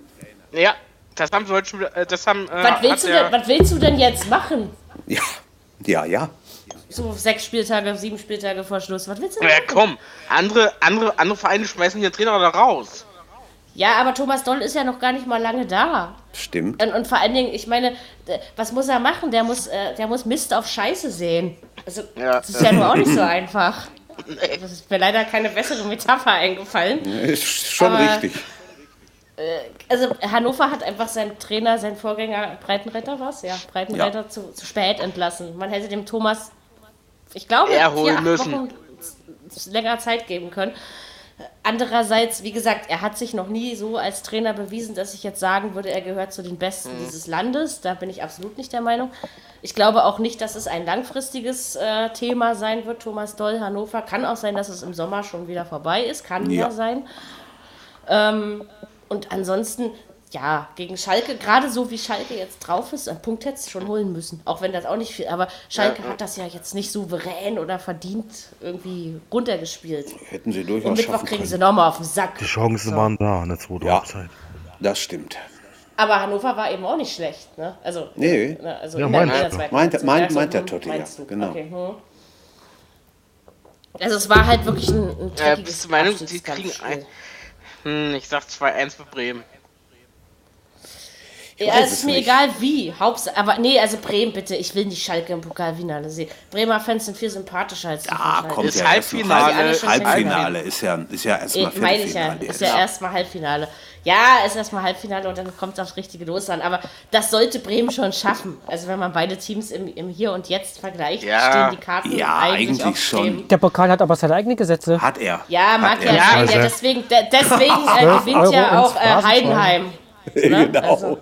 S3: Ja, das haben sie heute schon wieder. äh, Das haben. Äh,
S2: was, willst
S3: hat
S2: du
S3: der-
S2: denn, was willst du denn jetzt machen?
S4: Ja, ja, ja.
S2: So sechs Spieltage, sieben Spieltage vor Schluss. Was willst du denn
S3: Ja,
S2: machen?
S3: komm. Andere, andere, andere Vereine schmeißen den Trainer da raus.
S2: Ja, aber Thomas Doll ist ja noch gar nicht mal lange da.
S4: Stimmt.
S2: Und, und vor allen Dingen, ich meine, d- was muss er machen? Der muss, äh, der muss Mist auf Scheiße sehen. Also,
S3: Ja.
S2: das ist ja nur auch nicht
S3: *laughs*
S2: so einfach. Das ist mir leider keine bessere Metapher eingefallen.
S4: Ist schon
S2: aber-
S4: richtig.
S2: Also, Hannover hat einfach seinen Trainer, seinen Vorgänger Breitenreiter, was? Ja, Breitenreiter Zu, zu spät entlassen. Man hätte dem Thomas, ich glaube,
S3: Erholen
S2: acht
S3: müssen.
S2: Wochen länger Zeit geben können. Andererseits, wie gesagt, er hat sich noch nie so als Trainer bewiesen, dass ich jetzt sagen würde, er gehört zu den Besten dieses Landes. Da bin ich absolut nicht der Meinung. Ich glaube auch nicht, dass es ein langfristiges äh, Thema sein wird. Thomas Doll, Hannover. Kann auch sein, dass es im Sommer schon wieder vorbei ist. Kann ja,
S4: Ja.
S2: sein. Ähm, und ansonsten, ja, gegen Schalke, gerade so wie Schalke jetzt drauf ist, einen Punkt hätte es schon holen müssen. Auch wenn das auch nicht viel, aber Schalke hat das ja jetzt nicht souverän oder verdient irgendwie runtergespielt.
S4: Hätten sie
S2: Und
S4: durchaus
S2: Mittwoch
S4: schaffen
S2: kriegen sie
S4: können.
S2: nochmal auf den Sack.
S6: Die Chancen waren da in der zweiten
S4: Ja.
S6: Halbzeit.
S4: Das stimmt.
S2: Aber Hannover war eben auch nicht schlecht, ne? Also,
S4: Nee.
S2: ne, also
S6: Ja,
S2: in
S6: meint
S2: der- in der
S6: er.
S2: zweiten
S4: Meint-
S2: Halbzeit.
S4: meint-
S2: Ach so,
S4: meint der
S2: hm,
S4: Totti, ja,
S2: meinst du,
S4: genau.
S2: okay, hm. Also es war halt wirklich ein, ein
S3: Äh,
S2: dreckiges
S3: bist du Meinung, sie kriegen
S2: Abstiegskampfspiel.
S3: ein. Hm, ich sag 2-1 für Bremen.
S2: Ja, es
S4: weiß es
S2: ist mir
S4: nicht.
S2: egal wie. Hauptsache, aber nee, also Bremen bitte. Ich will nicht Schalke im Pokalfinale sehen. Bremer Fans sind viel sympathischer als die von
S4: Ah,
S2: Schalke.
S4: kommt
S3: Das
S4: ja erst noch.
S3: Halbfinale.
S4: Halbfinale ist ja, ist ja erstmal
S2: Äh, meine ich ja,
S4: Viertelfinale.
S2: ist
S4: jetzt.
S2: ja erstmal Halbfinale. Ja, ist erstmal Halbfinale und dann kommt es aufs richtige Los an. Aber das sollte Bremen schon schaffen. Also wenn man beide Teams im, im Hier und Jetzt vergleicht,
S3: Ja.
S2: stehen die Karten
S4: Ja,
S2: eigentlich,
S4: eigentlich
S2: auf
S4: schon.
S2: Bremen.
S5: Der Pokal hat aber seine eigenen Gesetze.
S4: Hat er.
S2: Ja,
S4: Hat
S2: mag ja
S4: er.
S2: sein.
S6: Also-
S2: Ja, deswegen de- deswegen äh, gewinnt
S5: Euro
S2: ja
S5: ins
S2: auch äh,
S5: Phrasenschwein.
S2: Heidenheim. Ne?
S4: Genau.
S2: Also,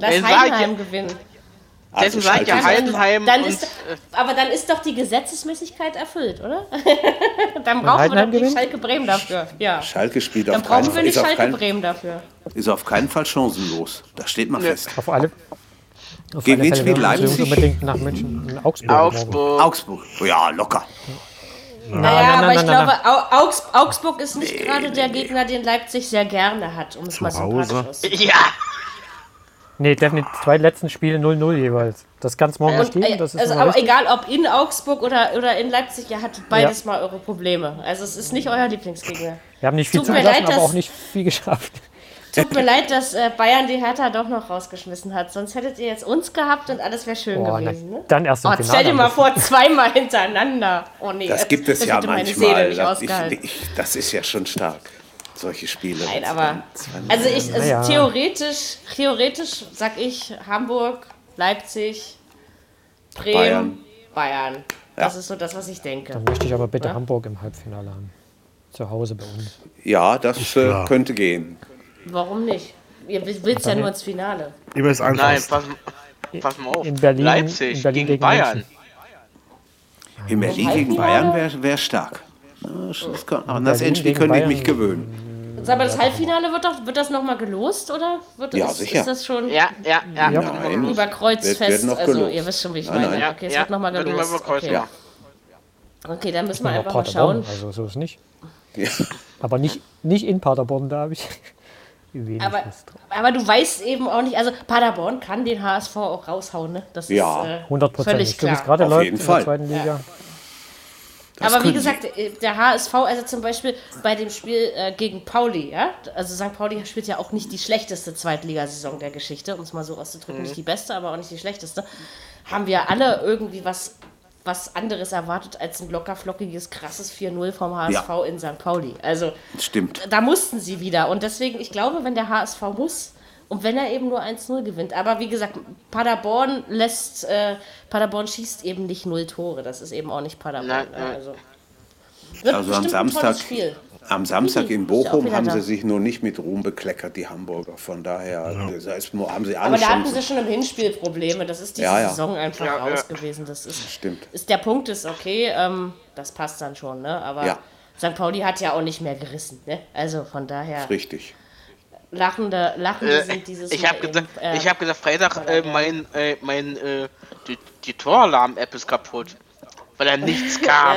S2: lass
S3: Wen sag ich
S2: Heidenheim gewinnen.
S4: Also
S2: halt
S3: Deswegen sag ich ja
S4: Schalke ist-
S3: Heidenheim
S2: Dann
S3: und
S2: ist,
S3: äh,
S2: aber dann ist doch die Gesetzesmäßigkeit erfüllt, oder? *laughs* dann brauchen wir
S5: Heidenheim
S2: doch nicht
S5: gewinnt?
S2: Schalke Bremen dafür. Ja.
S4: Schalke spielt
S2: Dann
S4: auf keinen
S2: brauchen wir
S4: Fall.
S2: nicht
S4: Ist auf
S2: Schalke
S4: keinen,
S2: Bremen dafür.
S4: ist auf keinen Fall chancenlos. Das steht mal fest.
S5: Auf alle. Auf
S4: Gegen
S5: alle
S4: wen
S5: Fälle
S4: spielt
S5: würden wir uns
S4: Leipzig?
S5: unbedingt nach München. In Augsburg. glaube
S3: Augsburg.
S4: Augsburg. Ja, locker.
S2: Naja,
S5: nein,
S2: aber
S5: nein,
S2: ich
S5: nein,
S2: glaube, Au- Augs Augsburg ist nicht gerade der Gegner, den Leipzig sehr gerne hat, um es mal
S6: Hause.
S2: sympathisch auszudrücken.
S3: Ja,
S5: ich. Nee, definitiv zwei letzten Spiele 0-0 jeweils. Das kann es morgen nicht
S2: Und, äh,
S5: geben. Das ist
S2: also,
S5: immer
S2: aber
S5: richtig.
S2: egal, ob in Augsburg oder, oder in Leipzig, ihr hattet beides mal eure Probleme. Also es ist nicht euer Lieblingsgegner.
S5: Wir haben nicht viel
S2: Tut mir
S5: zugelassen,
S2: leid,
S5: aber
S2: dass-
S5: auch nicht viel geschafft.
S2: Tut mir leid, dass äh, Bayern die Hertha doch noch rausgeschmissen hat. Sonst hättet ihr jetzt uns gehabt und alles wäre schön
S5: Boah,
S2: gewesen.
S5: na,
S2: Ne?
S5: dann erst im
S2: oh,
S5: Finale
S2: Stell dir
S5: am
S2: mal
S5: besten.
S2: vor, zweimal *laughs* hintereinander. Oh nee,
S4: Das gibt es
S2: das
S4: ja
S2: hätte meine Seele
S4: manchmal.
S2: nicht
S4: Das, ich,
S2: ausgehalten.
S4: ich, das ist ja schon stark. Solche Spiele.
S2: Nein, aber also ich also
S5: Naja.
S2: theoretisch, theoretisch sag ich Hamburg, Leipzig, Bremen,
S4: Bayern.
S2: Bayern. Das ist so das, was ich denke.
S5: Dann möchte ich aber bitte Hamburg im Halbfinale haben. Zu Hause bei uns.
S4: Ja, das äh, könnte gehen.
S2: Warum nicht? Ihr will- willst ja nur ins Finale.
S6: Immer ist
S3: nein,
S6: einfach.
S3: pass, mal- pass mal auf.
S5: In Berlin-
S3: Leipzig
S5: in Berlin
S3: gegen,
S5: gegen
S3: Bayern.
S5: München.
S4: In Berlin gegen Bayern wäre wär stark. Na, Das kann, an das
S5: Berlin
S4: Endspiel
S5: gegen
S4: könnte ich
S5: Bayern.
S4: mich gewöhnen.
S2: Sag mal, das Halbfinale wird doch wird das nochmal gelost, oder? Wird das,
S4: Ja, sicher.
S2: Ist das schon
S3: Ja, ja, ja.
S4: Nein.
S2: über
S4: Wird- wird
S2: Kreuzfest?
S4: noch
S2: Also
S4: gelost.
S2: ihr wisst schon, wie ich
S4: Nein,
S2: meine.
S4: nein.
S2: Okay, es
S3: Ja,
S2: wird nochmal
S3: wird
S2: gelost.
S3: über Kreuzfest.
S2: Okay.
S4: Ja.
S2: okay, dann müssen wir
S5: Ja,
S2: einfach mal
S5: Paderborn,
S2: schauen.
S5: also so ist nicht.
S4: Ja.
S5: Aber nicht, nicht in Paderborn, da habe ich *laughs* wenig
S2: Aber,
S5: Lust drauf.
S2: aber du weißt eben auch nicht, also Paderborn kann den HSV auch raushauen, ne? Das
S4: Ja.
S2: ist äh,
S5: 100 Prozent.
S2: völlig klar.
S5: gerade
S4: Auf
S5: läuft
S4: jeden
S5: in
S4: Fall.
S5: der zweiten Liga.
S4: Das
S2: aber wie
S4: können
S2: gesagt, äh, der HSV, also zum Beispiel bei dem Spiel äh, gegen Pauli, ja, also St. Pauli spielt ja auch nicht die schlechteste Zweitligasaison der Geschichte, um es mal so auszudrücken, nicht die beste, aber auch nicht die schlechteste, haben wir alle irgendwie was, was anderes erwartet als ein lockerflockiges, krasses 4-0 vom HSV in St. Pauli. Also
S4: Stimmt.
S2: da mussten sie wieder. Und deswegen, ich glaube, wenn der HSV muss und wenn er eben nur 1-0 gewinnt. Aber wie gesagt, Paderborn lässt, äh, Paderborn schießt eben nicht null Tore. Das ist eben auch nicht Paderborn.
S3: Nein,
S2: ne?
S3: nein.
S2: also. Wird
S4: Also am
S2: bestimmt ein tolles
S4: Samstag,
S2: Spiel.
S4: am Samstag in
S2: Ist ja auch
S4: Bochum
S2: wieder
S4: haben
S2: da.
S4: sie sich nur nicht mit Ruhm bekleckert, die Hamburger. Von daher das heißt, nur haben sie alle
S2: Aber da hatten
S4: Chancen.
S2: sie schon im Hinspiel Probleme. Das ist diese
S4: Ja, ja.
S2: Saison einfach
S3: Ja, ja.
S2: raus gewesen. Das ist,
S4: Stimmt.
S2: ist der Punkt ist okay. Ähm, das passt dann schon. Ne? Aber
S4: Ja.
S2: St. Pauli hat ja auch nicht mehr gerissen. Ne? Also von daher
S4: Richtig.
S2: lachende, lachende
S3: Äh,
S2: sind dieses
S3: ich
S2: Mal
S3: habe
S2: eben,
S3: gesagt,
S2: äh,
S3: ich habe gesagt, Freitag äh, mein, äh, mein, äh, die, die Toralarm-App ist kaputt, weil
S2: *laughs*
S3: da nichts
S2: Äh,
S3: kam.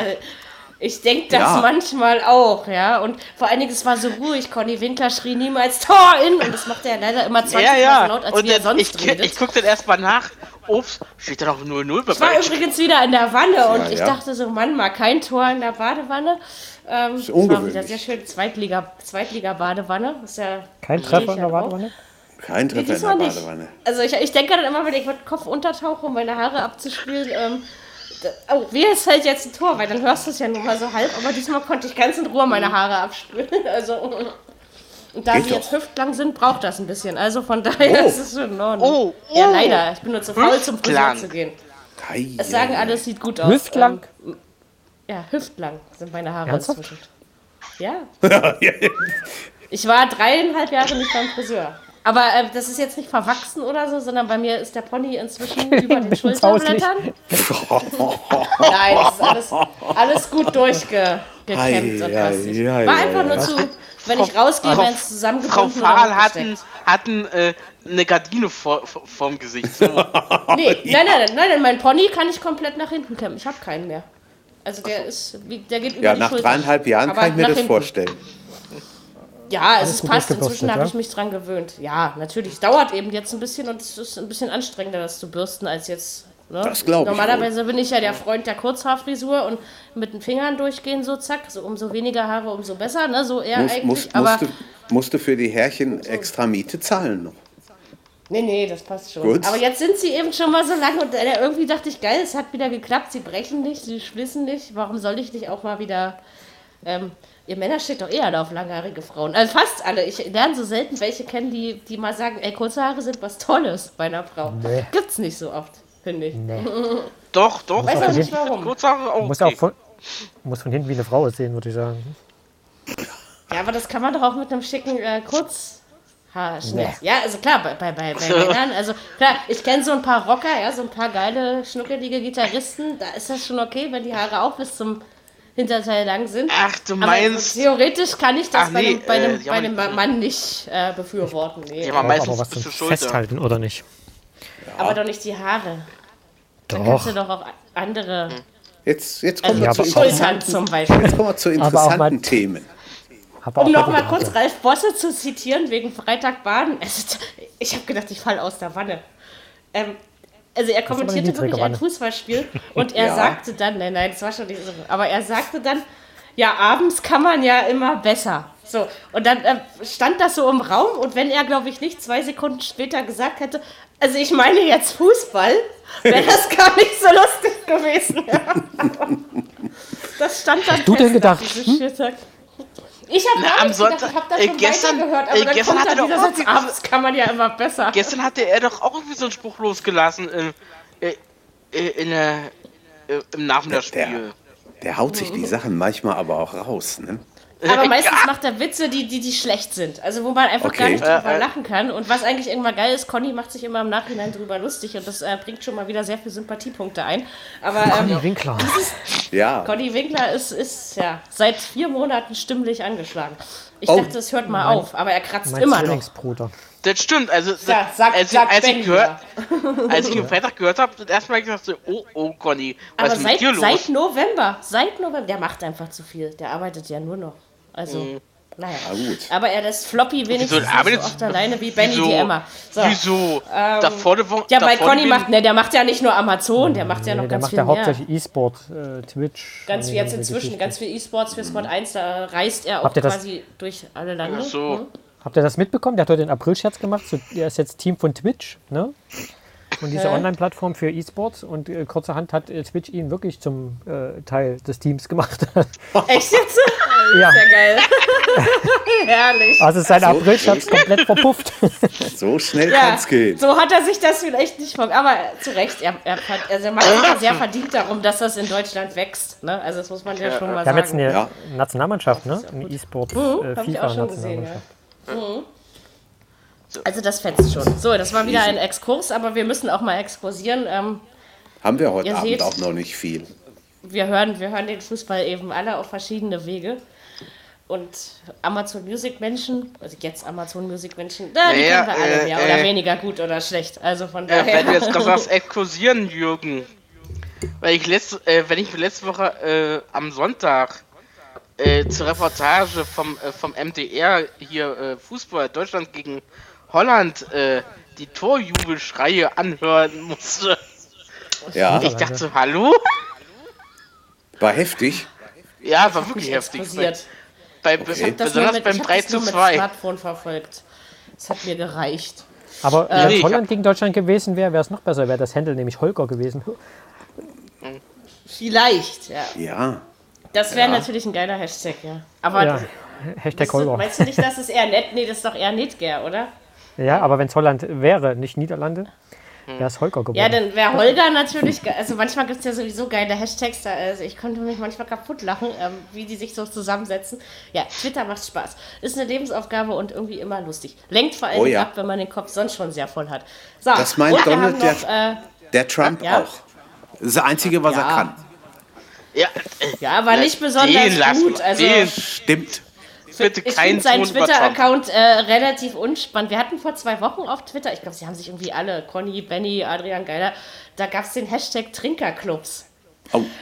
S2: Ich denke das
S4: Ja.
S2: manchmal auch, ja. Und vor allen Dingen, es war so ruhig. Conny Winkler schrie niemals Tor in. Und das macht er leider immer 20
S3: ja,
S2: Mal so
S3: ja.
S2: laut, als
S3: Und
S2: wie er
S3: dann, ich,
S2: sonst
S3: gu-
S2: redet.
S3: ich guck dann erstmal nach. Ups, steht da noch 0-0 bei
S2: ich war
S3: Bayern.
S2: übrigens wieder in der Wanne und ich
S4: ja.
S2: dachte so, Mann, mal kein Tor in der Badewanne. Ähm, ist War
S4: ungewöhnlich.
S2: wieder sehr schön. Zweitliga, Zweitliga Badewanne. Ist ja
S5: Kein
S2: stehe
S5: Treffer
S2: ich
S5: in
S2: ja
S5: der
S2: drauf.
S5: Wartewanne.
S4: Kein
S2: Nee,
S4: Treffer in der
S2: diesmal nicht.
S4: Badewanne.
S2: Also ich, ich denke dann immer, wenn ich mit Kopf untertauche, um meine Haare abzuspülen, ähm, da- oh, wie ist halt jetzt ein Tor, weil dann hörst du es ja nur mal so halb, aber diesmal konnte ich ganz in Ruhe meine Haare abspülen. *laughs* Also, und da
S4: Geht
S2: sie
S4: doch.
S2: jetzt hüftlang sind, braucht das ein bisschen. Also von daher
S4: Oh.
S2: ist es schon in Ordnung.
S3: Oh,
S2: Ja,
S3: oh.
S2: leider. Ich bin nur zu faul, zum Friseur
S3: Hüftlang.
S2: zu gehen.
S4: Hei,
S2: Es sagen
S4: ja,
S2: alle, es sieht gut aus.
S5: Hüftlang?
S2: Ähm, ja, hüftlang sind meine Haare
S5: Ernsthaft?
S2: inzwischen. Ja, *laughs*
S4: ja. *laughs*
S2: ich war dreieinhalb Jahre nicht beim Friseur. Aber äh, das ist jetzt nicht verwachsen oder so, sondern bei mir ist der Pony
S3: *laughs*
S2: inzwischen über den
S5: Wenn's
S2: Schulterblättern. Nein, es ist alles, alles gut durchgekämmt und
S4: Ei, ei,
S2: was nicht.
S4: ei,
S2: War
S4: ei,
S2: einfach nur
S4: ei.
S2: zu, wenn ich rausgehe, wenn es
S3: Frau
S2: zusammengebunden
S3: Fahl
S2: oder
S3: hat, ein,
S2: hochgesteckt.
S3: hat ein, äh, eine Gardine vor, vor, vorm Gesicht. So.
S2: Nee, nein, nein, nein, nein, mein Pony kann ich komplett nach hinten kämmen. Ich habe keinen mehr. Also der ist, wie- der geht über
S4: ja,
S2: die
S4: nach
S2: Schulter.
S4: dreieinhalb Jahren
S2: Aber
S4: kann ich mir
S2: nach
S4: das
S2: hinten.
S4: vorstellen.
S2: Ja, es ist
S5: gut
S2: passt.
S5: durchgebürstet,
S2: Inzwischen habe
S5: ja?
S2: ich mich dran gewöhnt. Ja, natürlich. Es dauert eben jetzt ein bisschen und es ist ein bisschen anstrengender, das zu bürsten, als jetzt. Ne?
S4: Das glaub ich
S2: Normalerweise bin ich ja der Freund der Kurzhaarfrisur und mit den Fingern durchgehen, so zack. So, umso weniger Haare, umso besser. Ne? So eher
S4: Muss,
S2: eigentlich.
S4: muss,
S2: aber.
S4: musste, musste für die Härchen extra Miete zahlen noch.
S2: Nee, nee, das passt schon.
S4: Gut.
S2: Aber jetzt sind sie eben schon mal so lang und äh, irgendwie dachte ich, geil, es hat wieder geklappt. Sie brechen nicht, sie schlissen nicht. Warum soll ich nicht auch mal wieder. Ähm, ihr Männer steht doch eher auf langhaarige Frauen. Also fast alle. Ich lerne so selten welche kennen, die, die mal sagen, ey, kurze Haare sind was Tolles bei einer Frau.
S5: Nee.
S2: Gibt's nicht so oft, finde ich.
S3: Doch, doch.
S2: Weiß auch
S3: doch.
S2: nicht
S3: Ich find
S2: warum.
S3: Kurzhaare auch.
S5: Muss, auch
S3: okay.
S5: von, muss von hinten wie eine Frau aussehen, würde ich sagen.
S2: Ja, aber das kann man doch auch mit einem schicken äh, Kurz. Ja, also klar, bei, bei, bei, bei
S3: *laughs*
S2: Männern, also klar, ich kenne so ein paar Rocker, ja, so ein paar geile, schnuckelige Gitarristen, da ist das schon okay, wenn die Haare auch bis zum Hinterteil lang sind.
S3: Ach, du
S2: Aber
S3: meinst.
S2: so theoretisch kann ich das
S3: Ach,
S2: bei
S3: nee,
S2: einem, bei einem,
S3: äh, die
S2: bei
S3: haben-
S2: einem Mann nicht äh, befürworten. Nee.
S3: Die haben meistens
S5: aber was
S3: bis zur
S5: zum
S3: Schulter.
S5: Festhalten, oder nicht?
S2: Aber doch nicht die Haare. Da kannst
S5: Doch.
S2: du doch auch andere,
S4: Jetzt, jetzt kommen
S2: also
S4: wir
S5: Ja,
S4: zu
S5: aber-
S2: Schultern
S4: interessanten,
S2: zum Beispiel.
S4: jetzt kommen wir zu
S5: Aber auch mal-
S4: interessanten Themen.
S5: Hab auch
S2: Um
S5: heute
S2: nochmal
S5: gedacht,
S2: kurz
S5: ja.
S2: Ralf Bosse zu zitieren wegen Freitag baden. *laughs* Also, ich habe gedacht, ich falle aus der Wanne. Ähm, also er
S5: aber eine
S2: kommentierte
S5: niedrige
S2: wirklich ein
S5: Wanne. *laughs*
S2: Fußballspiel und er
S4: Ja.
S2: sagte dann, nein, nein, das war schon nicht so, aber er sagte dann, ja, abends kann man ja immer besser. So, und dann äh, stand das so im Raum und wenn er, glaube ich, nicht zwei Sekunden später gesagt hätte, also ich meine jetzt Fußball,
S5: *laughs*
S2: wäre das gar nicht so lustig gewesen.
S5: *laughs*
S2: das stand dann
S5: du denn
S2: fest, dass
S5: gedacht? hm?
S2: dieses Spieltag. Ich habe
S3: Na, am Sonntag-
S2: ich habe das
S3: äh,
S2: schon
S3: gestern-
S2: weitergehört, aber
S3: äh,
S2: dann
S3: gestern
S2: kommt
S3: hat
S2: dann dieser
S3: er doch auch
S2: Satz,
S3: dieses-
S2: abends kann man ja immer besser.
S3: Gestern hatte er doch auch irgendwie so einen Spruch losgelassen in, äh, äh, in der, äh, im Nachmittagsspiel.
S4: Der haut sich die Sachen manchmal aber auch raus. Ne?
S2: Aber meistens macht er Witze, die, die, die schlecht sind. Also wo man einfach
S4: Okay.
S2: gar nicht
S4: Äh,
S2: drüber lachen kann. Und was eigentlich immer geil ist, Conny macht sich immer im Nachhinein drüber lustig und das äh, bringt schon mal wieder sehr viele Sympathiepunkte ein. Aber ähm,
S5: Conny Winkler.
S4: Ja,
S2: Conny Winkler ist, ist ja seit vier Monaten stimmlich angeschlagen. Ich
S4: Oh.
S2: dachte, es hört mal auf, aber er kratzt
S5: Mein
S2: immer noch.
S5: Zwillingsbruder.
S3: Das stimmt, also
S2: Ja,
S3: das-
S2: sag,
S3: als, ich-
S2: sag
S3: als,
S2: Ben
S3: ich gehört,
S2: wieder.
S3: als ich
S5: *laughs*
S3: ihn am Freitag gehört habe, das erste Mal gesagt so, oh, oh Conny, was
S2: Aber
S3: ist mit
S2: seit,
S3: dir
S2: seit
S3: los?
S2: November, seit November, der macht einfach zu viel. Der arbeitet ja nur noch. Also, naja.
S4: gut.
S2: Aber er lässt Floppy wenigstens nicht
S3: Mhm. arbeitet-
S2: so oft alleine wie Benny
S3: Wieso?
S2: die Emma. So.
S3: Wieso? da vorne wo,
S2: Ähm, Ja,
S3: da
S2: weil
S3: vorne
S2: Conny
S3: bin-
S2: macht, ne, der macht ja nicht nur Amazon, der macht ja noch
S5: Nee, der
S2: ganz
S5: macht
S2: viel
S5: ja
S2: mehr.
S5: hauptsächlich E-Sport, äh, Twitch.
S2: Ganz viel
S5: und
S2: jetzt
S5: diese
S2: inzwischen,
S5: Geschichten.
S2: ganz viel E-Sports für Sport 1, da reist er auch
S5: Habt ihr das-
S2: quasi durch alle Lande.
S3: Mhm. Ach so.
S5: Habt ihr das mitbekommen? Der hat heute einen April-Scherz gemacht. So, er ist jetzt Team von Twitch, ne? Und diese Online-Plattform für E-Sports. Und äh, kurzerhand hat äh, Twitch ihn wirklich zum äh, Teil des Teams gemacht. *laughs*
S2: Echt jetzt?
S5: ja,
S2: Sehr geil. *laughs* Herrlich.
S5: also ist sein April-Scherz komplett
S2: *laughs*
S5: verpufft.
S4: so schnell
S2: Ja,
S4: kann's gehen.
S2: so hat er sich das vielleicht nicht vor. Aber zu Recht, er, er, ver- also er macht sich ja sehr verdient darum, dass das in Deutschland wächst. Ne? Also das muss man ja schon mal
S5: Wir haben jetzt
S2: sagen.
S5: eine
S4: Ja.
S5: Nationalmannschaft, ne? Eine
S2: Mhm.
S5: Hm?
S2: hab ich auch schon gesehen, ja. Mhm.
S5: E-Sport-FIFA-Nationalmannschaft.
S2: also das fetzt schon. So, das war wieder ein Exkurs, aber wir müssen auch mal exkursieren. Ähm,
S4: Haben wir heute
S2: Ihr
S4: Abend
S2: seht-
S4: auch noch
S2: *laughs*
S4: nicht viel.
S2: wir, hören, wir hören den Fußball eben alle auf verschiedene Wege. Und Amazon Music Menschen, also jetzt Amazon Music Menschen, da die
S3: Naja,
S2: kennen wir alle
S3: äh,
S2: mehr oder
S3: äh.
S2: weniger gut oder schlecht. Also von
S3: Äh,
S2: daher.
S3: wenn
S2: *laughs*
S3: du jetzt gerade sagst, exkursieren, Jürgen. Weil ich letzte, äh, wenn ich mir letzte Woche äh, am Sonntag äh, zur Reportage vom, äh, vom MDR hier äh, Fußball Deutschland gegen Holland äh, die Torjubelschreie anhören musste.
S4: Ja,
S3: Ich dachte so, hallo?
S4: war heftig.
S3: Ja, war wirklich heftig.
S2: exkursiert.
S3: Bei, bei,
S4: Okay.
S2: Das nur
S3: Besonders
S2: mit,
S3: beim
S2: ich hab
S3: 3
S2: das
S3: zu
S2: nur mit
S3: 2.
S2: Smartphone verfolgt. Das hat mir gereicht.
S5: Aber
S2: Äh,
S3: nee,
S5: wenn
S3: ich
S5: Holland
S3: hab-
S5: gegen Deutschland gewesen wäre, wäre es noch besser. Wäre das Händel nämlich Holger gewesen.
S2: Vielleicht, ja.
S4: Ja,
S2: Das wäre natürlich ein geiler Hashtag, ja. Aber
S5: Ja.
S2: das-
S5: Hashtag
S2: du,
S5: Holger.
S2: meinst du nicht, dass es eher nett? Nee, das ist doch eher Netger, oder?
S5: Ja, aber wenn es Holland wäre, nicht Niederlande, wäre es Holger geworden.
S2: Hm. Ja, dann wäre Holger natürlich. ge- Also manchmal gibt es ja sowieso geile Hashtags. Da, also ich konnte mich manchmal kaputt lachen, ähm, wie die sich so zusammensetzen. Ja, Twitter macht Spaß. Ist eine Lebensaufgabe und irgendwie immer lustig. Lenkt vor allem
S4: Oh ja.
S2: ab, wenn man den Kopf sonst schon sehr voll hat. So,
S4: Das meint
S2: und wir
S4: Donald
S2: haben noch, äh,
S4: der Trump
S2: Ja.
S4: auch. Das ist das Einzige, was
S2: Ja.
S4: er kann.
S3: Ja,
S2: äh,
S3: äh,
S2: Ja, aber nicht besonders
S3: den lassen
S2: gut.
S3: wir-
S2: Also,
S3: den
S4: Stimmt.
S3: bitte
S2: Ich
S3: keinen
S2: finde seinen
S3: Ton über Trump.
S2: Twitter-Account äh, relativ unspannend. Wir hatten vor zwei Wochen auf Twitter, ich glaube, sie haben sich irgendwie alle, Conny, Benny, Adrian Geiler, da gab es den Hashtag Trinkerclubs.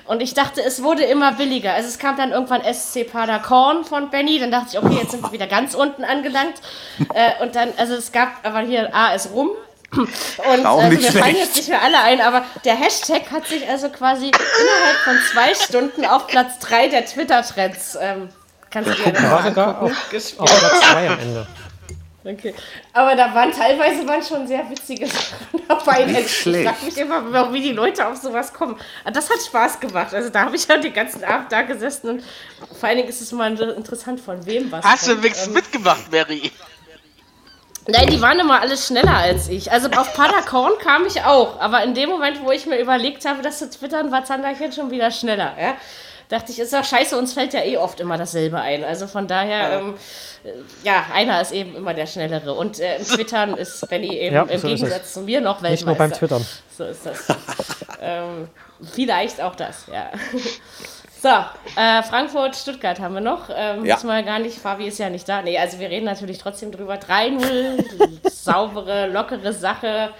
S2: Und ich dachte, es wurde immer billiger. Also es kam dann irgendwann SC Paderborn von Benny. Dann dachte ich, okay, jetzt sind wir wieder ganz unten
S4: *laughs*
S2: angelangt. Äh, und dann, also es gab aber hier AS rum. Und
S4: Auch
S2: also, wir
S4: nicht
S2: fallen
S4: schlecht.
S2: jetzt nicht mehr alle ein, aber der Hashtag hat sich also quasi innerhalb von zwei Stunden auf Platz 3 der Twitter-Trends. Ähm, kannst du dir
S5: Er war
S2: mal
S5: sogar
S2: angucken.
S5: auf,
S2: Gespielt.
S5: auf Platz 2 am Ende.
S2: Okay. Aber da waren teilweise waren schon sehr witzige Sachen *laughs* dabei. Also
S4: Nicht
S2: Ich
S4: schlecht.
S2: frage mich immer, wie die Leute auf sowas kommen. Das hat Spaß gemacht. Also da habe ich ja den ganzen Abend da gesessen und vor allen Dingen ist es mal so interessant, von wem was.
S3: Hast du
S2: kommt.
S3: nichts mitgemacht, Mary?
S2: Nein, die waren immer alle schneller als ich. Also
S5: *laughs*
S2: auf Paderborn kam ich auch. Aber in dem Moment, wo ich mir überlegt habe, das zu twittern, war Zanderchen schon wieder schneller. Ja? Dachte ich, ist doch scheiße, uns fällt ja eh oft immer dasselbe ein. Also von daher, ja, ähm, äh, ja einer ist eben immer der Schnellere. Und äh, im
S5: *laughs*
S2: Twittern ist Benny eben
S5: Ja,
S2: im
S5: so ist
S2: Gegensatz zu mir noch Weltmeister.
S5: Nicht nur beim Twittern.
S2: So ist das. ähm, vielleicht auch das, ja. So, äh, Frankfurt, Stuttgart haben wir noch. Ähm,
S4: Ja.
S2: Müssen wir gar nicht, Fabi ist ja nicht da. Nee, also wir reden natürlich trotzdem drüber.
S3: *laughs*
S2: 3-0, saubere, lockere Sache.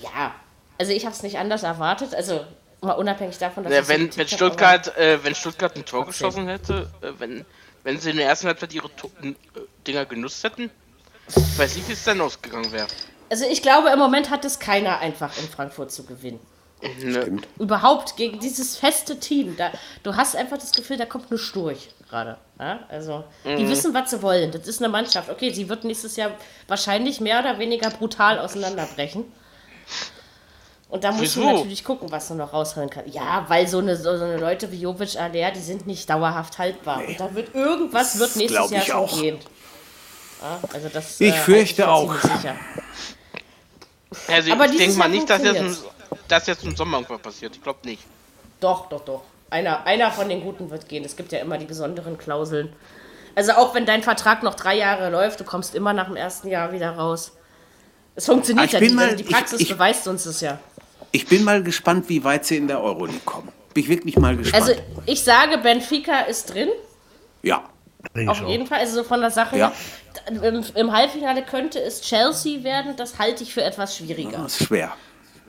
S2: Ja, also ich habe es nicht anders erwartet. Also mal unabhängig davon, dass
S3: Ja,
S2: ich
S3: wenn,
S2: so
S3: wenn,
S2: getippt hab, aber-
S3: Stuttgart, äh, wenn Stuttgart ein Tor geschossen hätte, äh, wenn, wenn sie in der ersten Halbzeit ihre to n- äh, Dinger genutzt hätten, ich weiß nicht, wie es dann ausgegangen wäre.
S2: Also ich glaube, im Moment hat es keiner einfach in Frankfurt zu gewinnen.
S3: Ne,
S2: Überhaupt gegen dieses feste Team. Da, du hast einfach das Gefühl, da kommt nur durch gerade. Ja? Also,
S4: Mhm.
S2: die wissen, was sie wollen. Das ist eine Mannschaft. Okay, sie wird nächstes Jahr wahrscheinlich mehr oder weniger brutal auseinanderbrechen. Und da musst du
S3: Wieso?
S2: natürlich gucken, was du noch rausholen kannst. Ja, weil so eine, so so eine Leute wie Jovic Aller, die sind nicht dauerhaft haltbar. Und da wird irgendwas wird nächstes
S4: glaub
S2: Jahr
S4: ich
S2: schon
S4: auch.
S2: gehen. Ja, also das,
S4: Ich
S2: halte
S4: fürchte
S2: für
S4: auch.
S2: ziemlich sicher.
S3: also
S2: Aber
S3: ich
S2: dieses
S3: denke mal
S2: Jahr
S3: nicht, dass jetzt, im,
S2: funktioniert's.
S3: dass jetzt im Sommer irgendwas passiert. Ich glaube nicht.
S2: Doch, doch, doch. Einer, einer von den Guten wird gehen. Es gibt ja immer die besonderen Klauseln. Also auch wenn dein Vertrag noch drei Jahre läuft, du kommst immer nach dem ersten Jahr wieder raus. Es
S4: Ah,
S2: funktioniert
S4: ich
S2: ja.
S4: bin
S2: Die,
S4: mal-
S2: also die
S4: ich-
S2: Praxis
S4: ich-
S2: beweist uns das ja.
S4: Ich bin mal gespannt, wie weit sie in der Euroleague kommen. Bin ich wirklich mal gespannt.
S2: Also ich sage, Benfica ist drin.
S4: ja.
S6: Denke
S2: Auf
S6: ich
S2: jeden
S6: auch.
S2: Fall. Also so von der Sache
S4: Ja.
S2: her. Im, Im Halbfinale könnte es Chelsea werden. Das halte ich für etwas schwieriger.
S4: Das ist schwer.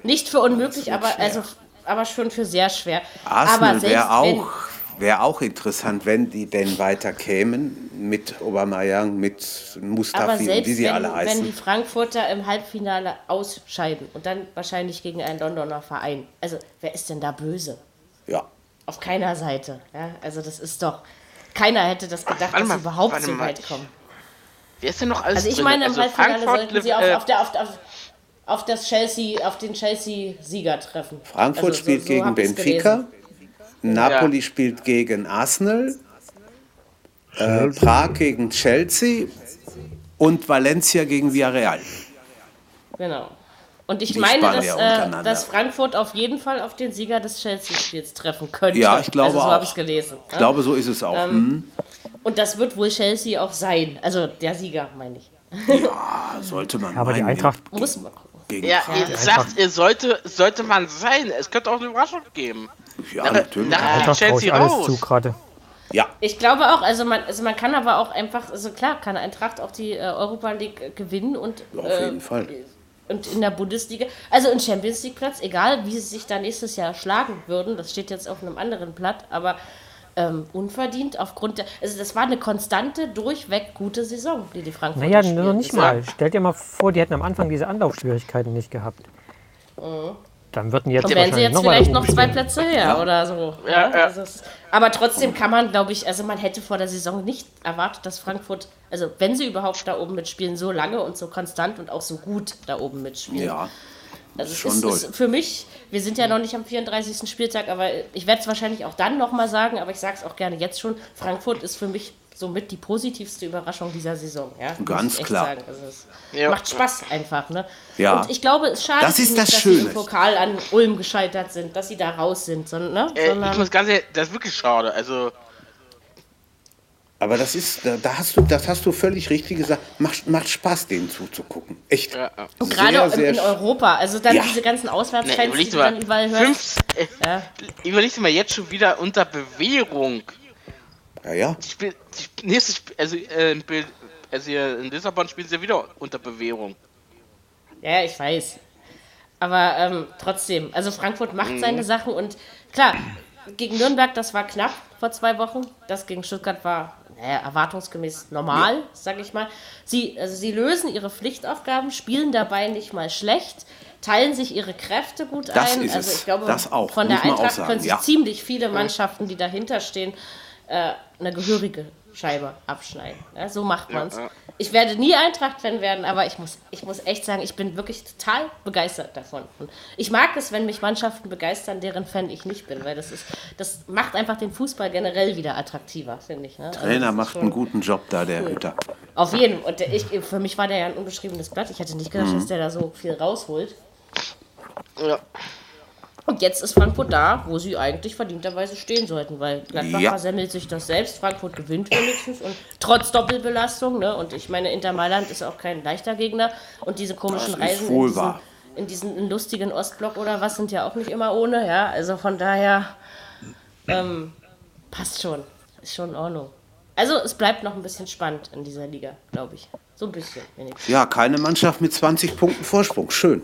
S2: Nicht für unmöglich, aber, also, aber schon für sehr schwer. aber
S4: Arsenal
S2: selbst
S4: wäre
S2: wenn-
S4: auch, wär auch interessant, wenn die denn weiter kämen mit Obermeier, mit
S2: Aber
S4: Mustafi und
S2: selbst
S4: wie sie
S2: wenn,
S4: alle
S2: wenn die
S4: heißen.
S2: Frankfurter im Halbfinale ausscheiden und dann wahrscheinlich gegen einen Londoner Verein. Also, wer ist denn da böse?
S4: Ja.
S2: Auf keiner Seite. Ja? Also, das ist doch. Keiner hätte das gedacht,
S3: Warte
S2: dass
S3: mal,
S2: sie überhaupt
S3: warte
S2: so
S3: mal.
S2: weit kommen.
S3: Wer ist denn noch alles
S2: Also, ich
S3: drin?
S2: meine, im
S3: Also
S2: Halbfinale
S3: Frankfurt,
S2: sollten sie
S3: Liv-
S2: auf,
S3: äh,
S2: auf, der, auf, auf, auf, das Chelsea, auf den Chelsea-Sieger treffen.
S4: Frankfurt
S2: Also, so-
S4: spielt
S2: so
S4: gegen
S2: hab ich's
S4: Benfica,
S2: gelesen.
S4: Napoli spielt gegen Arsenal, äh, Prag gegen Chelsea und Valencia gegen Villarreal.
S2: Genau. Und ich
S4: Die
S2: meine, dass,
S4: Spanier
S2: äh,
S4: untereinander.
S2: dass Frankfurt auf jeden Fall auf den Sieger des Chelsea-Spiels treffen könnte.
S4: Ja, ich glaube
S2: also, so
S4: auch.
S2: habe ich es gelesen.
S4: Ich glaube, so ist es auch.
S2: Ähm,
S4: hm?
S2: Und das wird wohl Chelsea auch sein. Also der Sieger, meine ich.
S4: Ah, sollte man
S5: Aber die
S4: meinen,
S5: Eintracht,
S2: Muss man gucken.
S4: gegen
S3: Ja,
S4: Prag.
S3: ihr sagt, ihr sollte, sollte man sein. Es könnte auch eine Überraschung geben.
S4: ja, natürlich.
S3: Na,
S5: Eintracht traue
S3: Chelsea
S5: ich alles
S3: raus.
S5: zu gerade.
S4: Ja,
S2: Ich glaube auch, also man, also man kann aber auch einfach, also klar, kann Eintracht auch die äh, Europa League äh, gewinnen und,
S4: auf
S2: äh,
S4: jeden Fall.
S2: und in der Bundesliga, also im Champions League Platz, egal wie sie sich da nächstes Jahr schlagen würden, das steht jetzt auf einem anderen Blatt, aber ähm, unverdient aufgrund der, also das war eine konstante, durchweg gute Saison, die die Frankfurter
S5: Naja,
S2: spielen.
S5: noch nicht
S2: Das war-
S5: mal. Stell dir mal vor, die hätten am Anfang diese Anlaufschwierigkeiten nicht gehabt.
S3: Mhm.
S5: Dann würden die jetzt
S2: Und wären sie
S5: wahrscheinlich
S2: jetzt
S5: noch weiter
S2: vielleicht noch
S5: oben
S2: zwei
S5: stehen.
S2: Plätze her oder so. Ja, also es, aber trotzdem kann man, glaube ich, also man hätte vor der Saison nicht erwartet, dass Frankfurt, also wenn sie überhaupt da oben mitspielen, so lange und so konstant und auch so gut da oben mitspielen.
S4: Ja,
S2: also es
S4: schon
S2: ist,
S4: doll.
S2: ist für mich, wir sind ja noch nicht am 34. Spieltag, aber ich werde es wahrscheinlich auch dann nochmal sagen, aber ich sage es auch gerne jetzt schon, Frankfurt ist für mich somit die positivste Überraschung dieser Saison. Ja? muss
S4: Ganz
S2: ich echt
S4: klar.
S2: Sagen. Also es
S3: Ja.
S2: Macht Spaß einfach. Ne?
S4: Ja.
S2: Und ich glaube, es schadet
S4: Das ist
S2: ihnen nicht,
S4: das
S2: dass sie im
S4: Schöne.
S2: Pokal an Ulm gescheitert sind, dass sie da raus sind. Sondern, ne?
S3: Äh,
S2: sondern
S3: ich muss ganz ehrlich, das ist wirklich schade. Also,
S4: aber das ist, da, da hast du, das hast du völlig richtig gesagt. Macht, macht Spaß, denen zuzugucken. Echt.
S3: Ja, ja.
S2: und gerade in, in Europa. Also dann
S4: Ja.
S2: diese ganzen
S3: ne,
S2: Auswärtsfans, die
S3: überleg
S2: du
S3: dir mal,
S2: dann überall hörst.
S3: fünf, äh, überleg dir mal jetzt schon wieder unter Bewährung.
S4: ja, ja.
S3: Die Spiel, die Sp- nächste Spiel, also, äh, in Bild- also hier in Lissabon spielen sie wieder unter Bewährung. Mhm.
S2: Ja, ich weiß. Aber ähm, trotzdem, also Frankfurt macht seine Sachen und Klar, gegen Nürnberg, das war knapp vor zwei Wochen. Das gegen Stuttgart war naja, erwartungsgemäß normal, sage ich mal. Sie, also sie lösen ihre Pflichtaufgaben, spielen dabei nicht mal schlecht, teilen sich ihre Kräfte gut
S4: Das
S2: ein.
S4: ist
S2: also
S4: es.
S2: ich glaube,
S4: Das auch,
S2: von der
S4: muss man auch
S2: Eintracht
S4: sagen,
S2: können sich
S4: ja.
S2: ziemlich viele Mannschaften, die dahinter stehen, äh, eine gehörige Scheibe abschneiden. Ja, so macht man's. Ich werde nie Eintracht-Fan werden, aber ich muss, ich muss echt sagen, ich bin wirklich total begeistert davon. Und ich mag es, wenn mich Mannschaften begeistern, deren Fan ich nicht bin, weil das ist, das macht einfach den Fußball generell wieder attraktiver, finde ich. Ne? Also das
S4: Trainer
S2: ist
S4: macht
S2: schon-
S4: einen guten Job da, der Hütter.
S2: Auf jeden Fall. Und der- ich, für mich war der ja ein unbeschriebenes Blatt. Ich hätte nicht gedacht, dass der da so viel rausholt.
S3: Ja.
S2: Und jetzt ist Frankfurt da, wo sie eigentlich verdienterweise stehen sollten, weil Gladbach
S4: Ja.
S2: versemmelt sich das selbst, Frankfurt gewinnt wenigstens und trotz Doppelbelastung, ne? Und ich meine, Inter Mailand ist auch kein leichter Gegner und diese komischen
S4: Das ist
S2: Reisen
S4: wohl
S2: in diesen,
S4: wahr.
S2: in diesen lustigen Ostblock oder was sind ja auch nicht immer ohne, ja? Also von daher ähm, passt schon, ist schon in Ordnung. Also es bleibt noch ein bisschen spannend in dieser Liga, glaube ich. So ein bisschen wenigstens.
S4: Ja, keine Mannschaft mit 20 Punkten Vorsprung. Schön.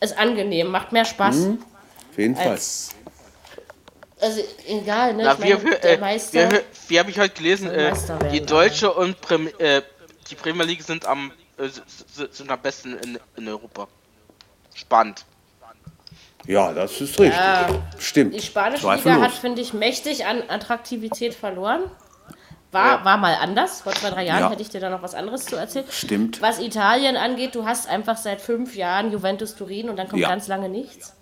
S2: Ist angenehm, macht mehr Spaß.
S3: Mhm.
S4: Auf jeden Fall.
S2: als. Also egal, ne?
S3: Na,
S2: ich
S3: wir,
S2: meine, der
S3: äh,
S2: Meister.
S3: wir, wir habe ich heute gelesen,
S2: soll
S3: äh,
S2: Meister werden,
S3: die Deutsche und Prem äh, die Premier League sind am äh, s- s- sind am besten in, in Europa. Spannend.
S4: Ja, das ist richtig. Stimmt.
S2: die spanische Liga
S4: Zweifellos.
S2: hat, finde ich, mächtig an Attraktivität verloren. War, war mal anders. Vor zwei, drei Jahren
S4: Ja.
S2: hätte ich dir da noch was anderes zu erzählen.
S4: Stimmt.
S2: Was Italien angeht, du hast einfach seit fünf Jahren Juventus Turin und dann kommt
S4: Ja.
S2: ganz lange nichts.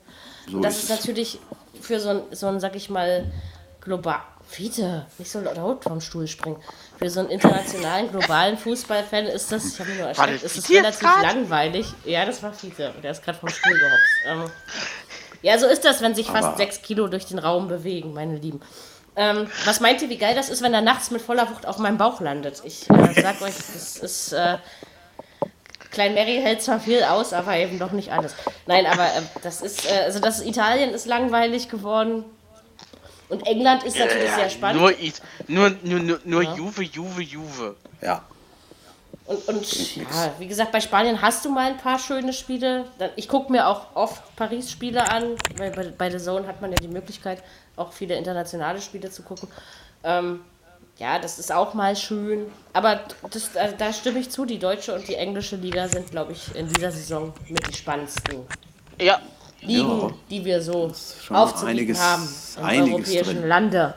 S4: So
S2: das
S4: ist
S2: ist
S4: es.
S2: natürlich für so ein, so ein, sag ich mal, global. Fiete, nicht so laut vom Stuhl springen. Für so einen internationalen, globalen Fußballfan ist das, ich habe mich nur
S3: War
S2: erschreckt,
S3: das
S2: ist das
S3: Fiete jetzt
S2: relativ
S3: grad?
S2: langweilig. Ja, das war Fiete. Der ist gerade vom Stuhl gehopst. Ähm, ja, so ist das, wenn sich fast
S4: Aber-
S2: sechs Kilo durch den Raum bewegen, meine Lieben. Ähm, was meint ihr, wie geil das ist, wenn er nachts mit voller Wucht auf meinem Bauch landet? Ich äh, sag euch, das ist. Äh, Klein Mary hält zwar viel aus, aber eben doch nicht alles. Nein, aber äh, das ist. Äh, also, das Italien ist langweilig geworden. Und England ist natürlich sehr spannend.
S3: Äh, Nur, I- nur, nur, nur, nur Juve, Juve, Juve.
S4: Ja.
S2: Und, und ja, wie gesagt, bei Spanien hast du mal ein paar schöne Spiele. Da- Ich gucke mir auch oft Paris-Spiele an, weil bei, bei The Zone hat man ja die Möglichkeit, auch viele internationale Spiele zu gucken. Ähm, ja, das ist auch mal schön. Aber das, da, da stimme ich zu, die deutsche und die englische Liga sind, glaube ich, in dieser Saison mit die spannendsten
S3: Ja.
S2: Ligen,
S4: Ja.
S2: die wir so
S4: schon
S2: aufzubieten
S4: einiges-
S2: haben im
S4: einiges
S2: europäischen
S4: drin.
S2: Lande.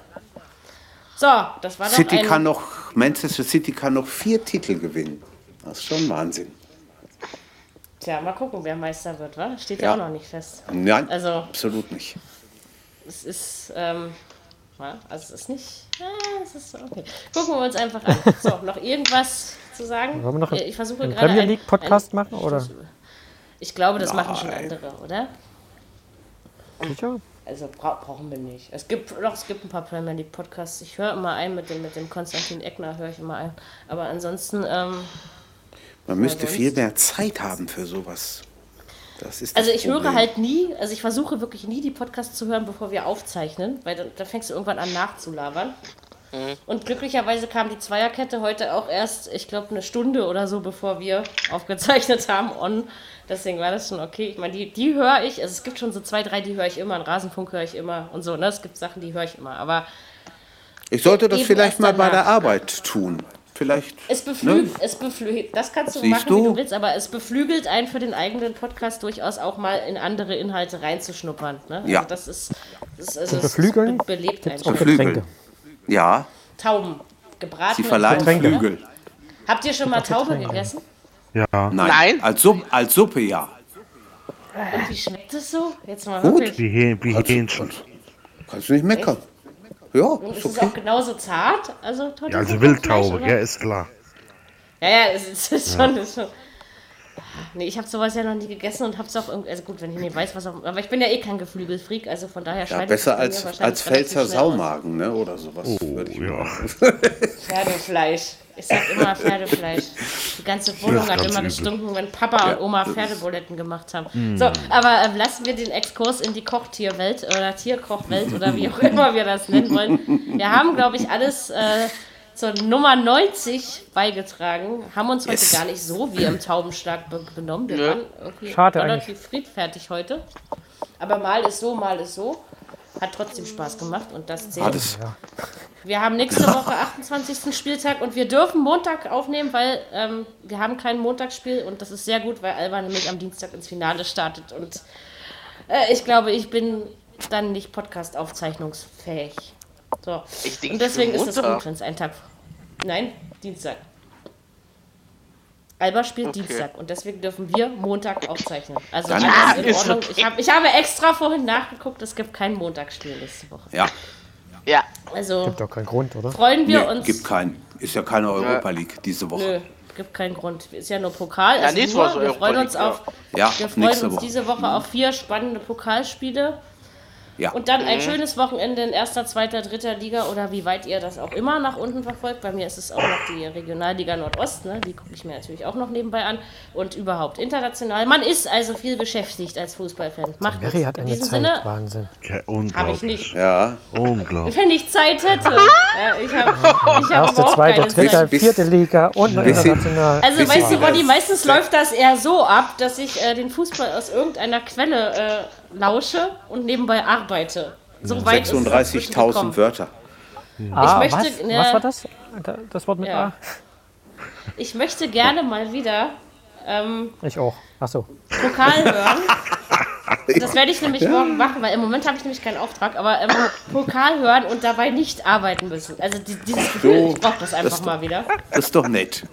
S2: So, das war doch
S4: City
S2: ein
S4: kann noch, Manchester City kann noch vier Titel gewinnen. Das ist schon Wahnsinn.
S2: Tja, mal gucken, wer Meister wird, wa? Steht ja,
S4: Ja.
S2: auch noch nicht fest.
S4: Nein,
S2: Also-
S4: absolut nicht.
S2: Es ist, ähm, ja, also es ist nicht, ja, es ist okay. Gucken wir uns einfach an.
S4: *laughs*
S2: So, noch irgendwas zu sagen? Äh,
S5: Wollen wir noch
S2: ich versuche
S5: einen
S2: gerade
S5: Premier
S2: ein-
S5: League Podcast
S2: ein-
S5: machen? Oder?
S2: Ich glaube, das machen schon
S4: Nein.
S2: andere, oder?
S5: Sicher?
S2: Also bra brauchen wir nicht. Es gibt doch, es gibt ein paar Premier League Podcasts. Ich höre immer ein mit dem mit dem Konstantin Eckner höre ich immer ein. Aber ansonsten ähm,
S4: Man müsste
S2: sonst-
S4: viel mehr Zeit haben für sowas. Das ist
S2: Also
S4: das
S2: ich höre
S4: Problem.
S2: halt nie, also ich versuche wirklich nie die Podcasts zu hören, bevor wir aufzeichnen, weil dann, dann fängst du irgendwann an nachzulabern. Und glücklicherweise kam die Zweierkette heute auch erst, ich glaube, eine Stunde oder so, bevor wir aufgezeichnet haben on. Deswegen war das schon okay. Ich meine, die, die höre ich, also es gibt schon so zwei, drei, die höre ich immer, einen Rasenfunk höre ich immer und so, ne? Es gibt Sachen, die höre ich immer. Aber
S4: Ich sollte das
S2: eben
S4: vielleicht
S2: erst
S4: mal bei
S2: danach.
S4: der Arbeit tun. Vielleicht. ne?
S2: es beflügelt, es beflügelt, das kannst du
S4: Siehst
S2: machen, wie
S4: du?
S2: du willst, aber es beflügelt einen für den eigenen Podcast durchaus auch mal in andere Inhalte reinzuschnuppern. Ne?
S4: Ja.
S2: Also das ist, das ist, also es
S5: beflügeln
S2: be- belebt einen.
S5: Gibt's auch
S2: schon.
S4: Flügel.
S5: Getränke.
S4: Ja,
S2: Tauben. Gebratene
S4: sie verleihen
S2: Tauben, ne?
S4: Flügel.
S2: Habt ihr schon mal Taube gegessen?
S6: Ja.
S4: Nein.
S3: Nein.
S4: Als, Supp, als Suppe ja.
S2: Und wie schmeckt das so? Jetzt mal
S4: Gut.
S2: wirklich.
S6: Wie, Häh- wie
S4: Also-
S6: Hähnchen.
S4: Kannst du nicht meckern. Ja,
S2: Und
S4: ist
S2: ist es
S4: okay.
S2: auch genauso zart? Also, toll,
S6: Ja, also
S2: das ist auch
S6: Wildtaube,
S2: Fleisch, oder?
S6: ja, ist klar.
S2: Ja, ja, es ist, es ist schon. es Ist schon nee, ich habe sowas ja noch nie gegessen und hab's auch irgendwie. Also gut, wenn ich nicht weiß, was auch. Aber ich bin ja eh kein Geflügelfreak, also von daher
S4: Ja,
S2: scheidet es
S4: besser
S2: bei mir
S4: als,
S2: wahrscheinlich
S4: als
S2: relativ
S4: Pfälzer
S2: schnell aus.
S4: Saumagen, ne? Oder sowas. würde ich
S6: Oh, ja.
S4: mal-
S2: Pferdefleisch. Ich sag immer Pferdefleisch. Die ganze Wohnung
S6: Ja,
S2: hat
S6: ganz
S2: immer
S6: übel.
S2: gestunken, wenn Papa und Oma Pferdebuletten gemacht haben. So, aber ähm, lassen wir den Exkurs in die Kochtierwelt oder Tierkochwelt oder wie auch immer wir das nennen wollen. Wir haben, glaube ich, alles äh, zur Nummer 90 beigetragen, haben uns heute
S4: Yes.
S2: gar nicht so wie im Taubenschlag be benommen. Wir
S3: Nö.
S2: waren irgendwie
S5: Schade
S2: relativ friedfertig heute. Aber mal ist so, mal ist so. Hat trotzdem Spaß gemacht und das zählt.
S1: Hat es,
S2: Wir haben nächste
S3: Genau.
S2: Woche 28. Spieltag und wir dürfen Montag aufnehmen, weil ähm, wir haben kein Montagsspiel und das ist sehr gut, weil Alba nämlich am Dienstag ins Finale startet und äh, ich glaube, ich bin dann nicht podcast-aufzeichnungsfähig. So.
S3: Ich denk,
S2: und deswegen
S3: für
S2: ist es
S3: Montag.
S2: gut, wenn es einen Tag... Nein, Dienstag. Alba spielt
S3: Okay.
S2: Dienstag und deswegen dürfen wir Montag aufzeichnen. Also
S1: Dann-
S2: alles
S1: Ah,
S2: in
S3: ist
S2: Ordnung.
S3: okay.
S2: Ich, hab, ich habe extra vorhin nachgeguckt, es gibt kein Montagsspiel nächste Woche.
S4: Ja,
S3: Ja,
S2: Also
S5: Gibt doch keinen Grund, oder?
S2: freuen wir
S4: nee,
S2: uns.
S4: gibt keinen. Ist ja keine Europa League diese Woche.
S2: Nö, gibt keinen Grund. Ist ja nur Pokal.
S3: Ja,
S2: also
S3: nächste
S2: nur,
S3: Woche
S2: wir freuen
S3: Europa
S2: uns
S3: League,
S2: auf.
S4: Ja,
S2: Wir freuen
S4: nächste
S2: uns
S4: Woche.
S2: diese
S3: Mhm.
S2: Woche auf vier spannende Pokalspiele
S4: Ja.
S2: und dann
S3: Mhm.
S2: ein schönes Wochenende in erster, zweiter, dritter Liga oder wie weit ihr das auch immer nach unten verfolgt. Bei mir ist es auch noch die Regionalliga Nordost, ne? die gucke ich mir natürlich auch noch nebenbei an und überhaupt international. Man ist also viel beschäftigt als Fußballfan. Macht
S5: Harry
S2: nichts.
S5: hat
S2: in
S5: eine
S2: diesem
S5: Zeit,
S2: Sinne,
S5: Wahnsinn.
S6: Ja,
S2: habe ich nicht.
S6: unglaublich.
S4: ja,
S6: Unglaublich.
S2: Wenn ich Zeit hätte. ja, ich habe ich hab
S5: Erste,
S2: überhaupt
S5: zweite,
S2: keine Zeit.
S5: dritte,
S4: Bis-
S5: vierte Liga und noch
S4: Bisschen-
S5: international.
S2: Also
S4: Bisschen
S2: weißt du, Bonnie,
S4: alles.
S2: meistens läuft das eher so ab, dass ich äh, den Fußball aus irgendeiner Quelle äh, lausche und nebenbei arbeite. So weit ist es inzwischen
S4: 36.000
S2: gekommen.
S4: Wörter.
S5: Ah,
S2: möchte-
S5: was?
S2: ne-
S5: was war das? Da- Das Wort mit
S2: Ja. Ich möchte gerne mal wieder ähm,
S5: A? Ich auch. Achso.
S2: Pokal
S4: *laughs*
S2: hören. Das werde ich nämlich morgen machen, weil im Moment habe ich nämlich keinen Auftrag, aber ähm, Pokal hören und dabei nicht arbeiten müssen. Also die, dieses Gefühl,
S4: So,
S2: ich brauche das einfach
S4: das-
S2: mal wieder.
S4: Das ist doch nett.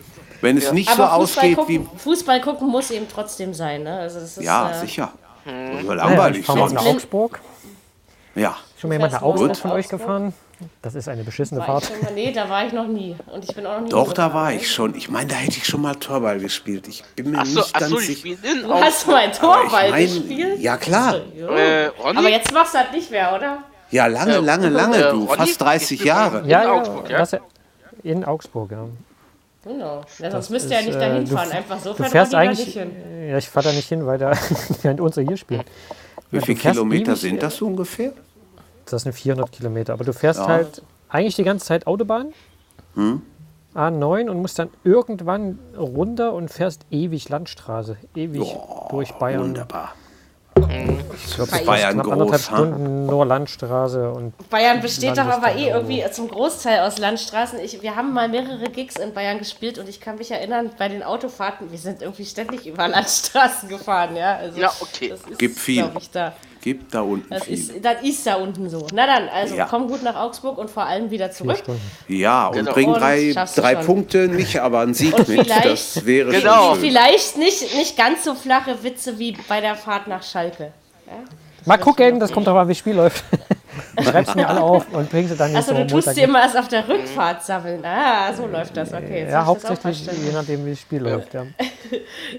S4: Wenn es nicht so
S2: Aber Fußball,
S4: ausgeht wie.
S2: gucken, Fußball gucken muss eben trotzdem sein. Ne? Also das ist,
S4: Ja,
S2: äh,
S4: sicher.
S2: Hm.
S4: So
S5: Ja,
S4: langweilig.
S5: ich fahre mal
S4: sonst.
S5: nach Augsburg.
S4: Ja,
S5: Schon mal jemand
S2: Ich weiß
S5: nach Augsburg
S2: nicht,
S5: von
S2: nach
S5: euch
S2: Augsburg.
S5: gefahren? Das ist eine beschissene
S2: War ich
S5: Fahrt.
S2: schon mal, nee, da war ich noch nie. Und ich bin auch noch nie.
S4: doch, da
S2: hingefahren.
S4: war ich schon. Ich meine, da hätte ich schon mal Torball gespielt. Ich bin mir
S3: achso,
S4: nicht
S3: achso,
S4: ganz
S3: die
S4: sicher.
S3: spielen in
S2: Du hast mal ein
S4: Aber ich
S2: Torball
S4: mein-
S2: gespielt?
S4: Ja, klar.
S3: Äh, Ronny?
S2: Aber jetzt machst du das nicht mehr, oder?
S4: Ja, lange, lange, lange,
S3: äh,
S4: du.
S3: Ronny,
S4: Fast 30
S3: ich bin-
S4: Jahre.
S5: Ja,
S3: Augsburg, ja?
S5: das- in Augsburg, ja.
S2: Genau. Ja, sonst müsst ihr
S5: ist,
S2: ja nicht
S5: äh,
S2: dahin
S5: du-
S2: fahren. Einfach so
S5: Du
S2: fährt
S5: fährst
S2: man lieber
S5: eigentlich.
S2: nicht hin.
S5: Ja, ich fahre da nicht hin, weil da *laughs* während unsere hier spielen.
S4: Wie
S5: du
S4: viele
S5: fährst
S4: Kilometer
S5: ewig, äh,
S4: sind das ungefähr?
S5: Das sind 400 Kilometer. Aber du fährst halt eigentlich die ganze Zeit Autobahn.
S4: Hm?
S5: A9 und musst dann irgendwann runter und fährst ewig Landstraße. Ewig durch Bayern.
S4: Wunderbar.
S5: Ich glaub,
S4: Bayern
S5: knapp
S4: groß,
S5: anderthalb
S4: ha?
S5: Stunden nur Landstraße und
S2: Bayern besteht doch aber eh
S5: Landesstandard.
S2: irgendwie zum Großteil aus Landstraßen. Ich, wir haben mal mehrere Gigs in Bayern gespielt und ich kann mich erinnern, bei den Autofahrten, wir sind irgendwie ständig über *laughs* Landstraßen gefahren. Ja, also,
S3: Ja, okay.
S2: Das ist,
S4: Gibt viel.
S2: glaub Ich, da.
S4: Gibt da unten
S2: Das,
S4: viel.
S2: ist, das ist da unten so. Na dann, also
S4: Ja.
S2: komm gut nach Augsburg und vor allem wieder zurück.
S4: Ja, und
S3: Genau.
S4: bring
S2: Und
S4: drei,
S2: schaffst du
S4: drei
S2: schon.
S4: Punkte, nicht aber einen Sieg
S2: Und
S4: mit.
S2: vielleicht-
S4: Das wäre
S3: Genau.
S4: schon schön.
S2: Vielleicht nicht, nicht ganz so flache Witze wie bei der Fahrt nach Schalke.
S5: Mal gucken, das kommt doch mal, wie das
S2: *laughs*
S5: Spiel läuft. Schreib's mir alle auf und bring sie dann
S2: Achso,
S5: nächste
S2: Also du
S5: Woche
S2: tust
S5: Montag. Äh,
S2: dir immer erst auf der Rückfahrt sammeln. Ah, so läuft das. Okay, jetzt
S5: ja,
S2: hab ich das auch
S5: hauptsächlich,
S2: verstanden.
S5: je nachdem, wie das Spiel läuft. Ja.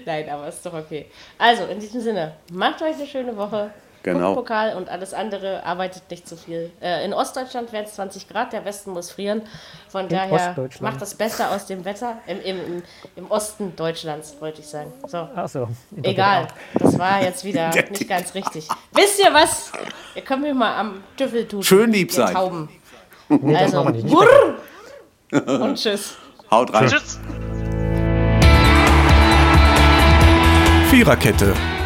S2: Nein, aber ist doch okay. Also, in diesem Sinne, macht euch eine schöne Woche.
S4: Genau.
S2: Guckt Pokal und alles andere, arbeitet nicht zu viel. Äh, in Ostdeutschland werden es 20 Grad, der Westen muss frieren. Von daher
S5: Ostdeutschland.
S2: macht das Beste aus dem Wetter. Im, im, im, im Osten Deutschlands, wollte ich sagen. So.
S5: Achso.
S2: Egal, das war jetzt
S4: *laughs*
S2: wieder nicht ganz richtig. Wisst ihr was? Ihr könnt mir mal am Tüffel tun.
S4: Schön lieb
S2: ihr
S4: sein.
S2: Tauben.
S5: Nee, das
S2: Also,
S5: machen wir nicht.
S2: brrr.
S5: *laughs*
S2: und tschüss.
S4: Haut rein.
S3: Tschüss.
S1: Viererkette,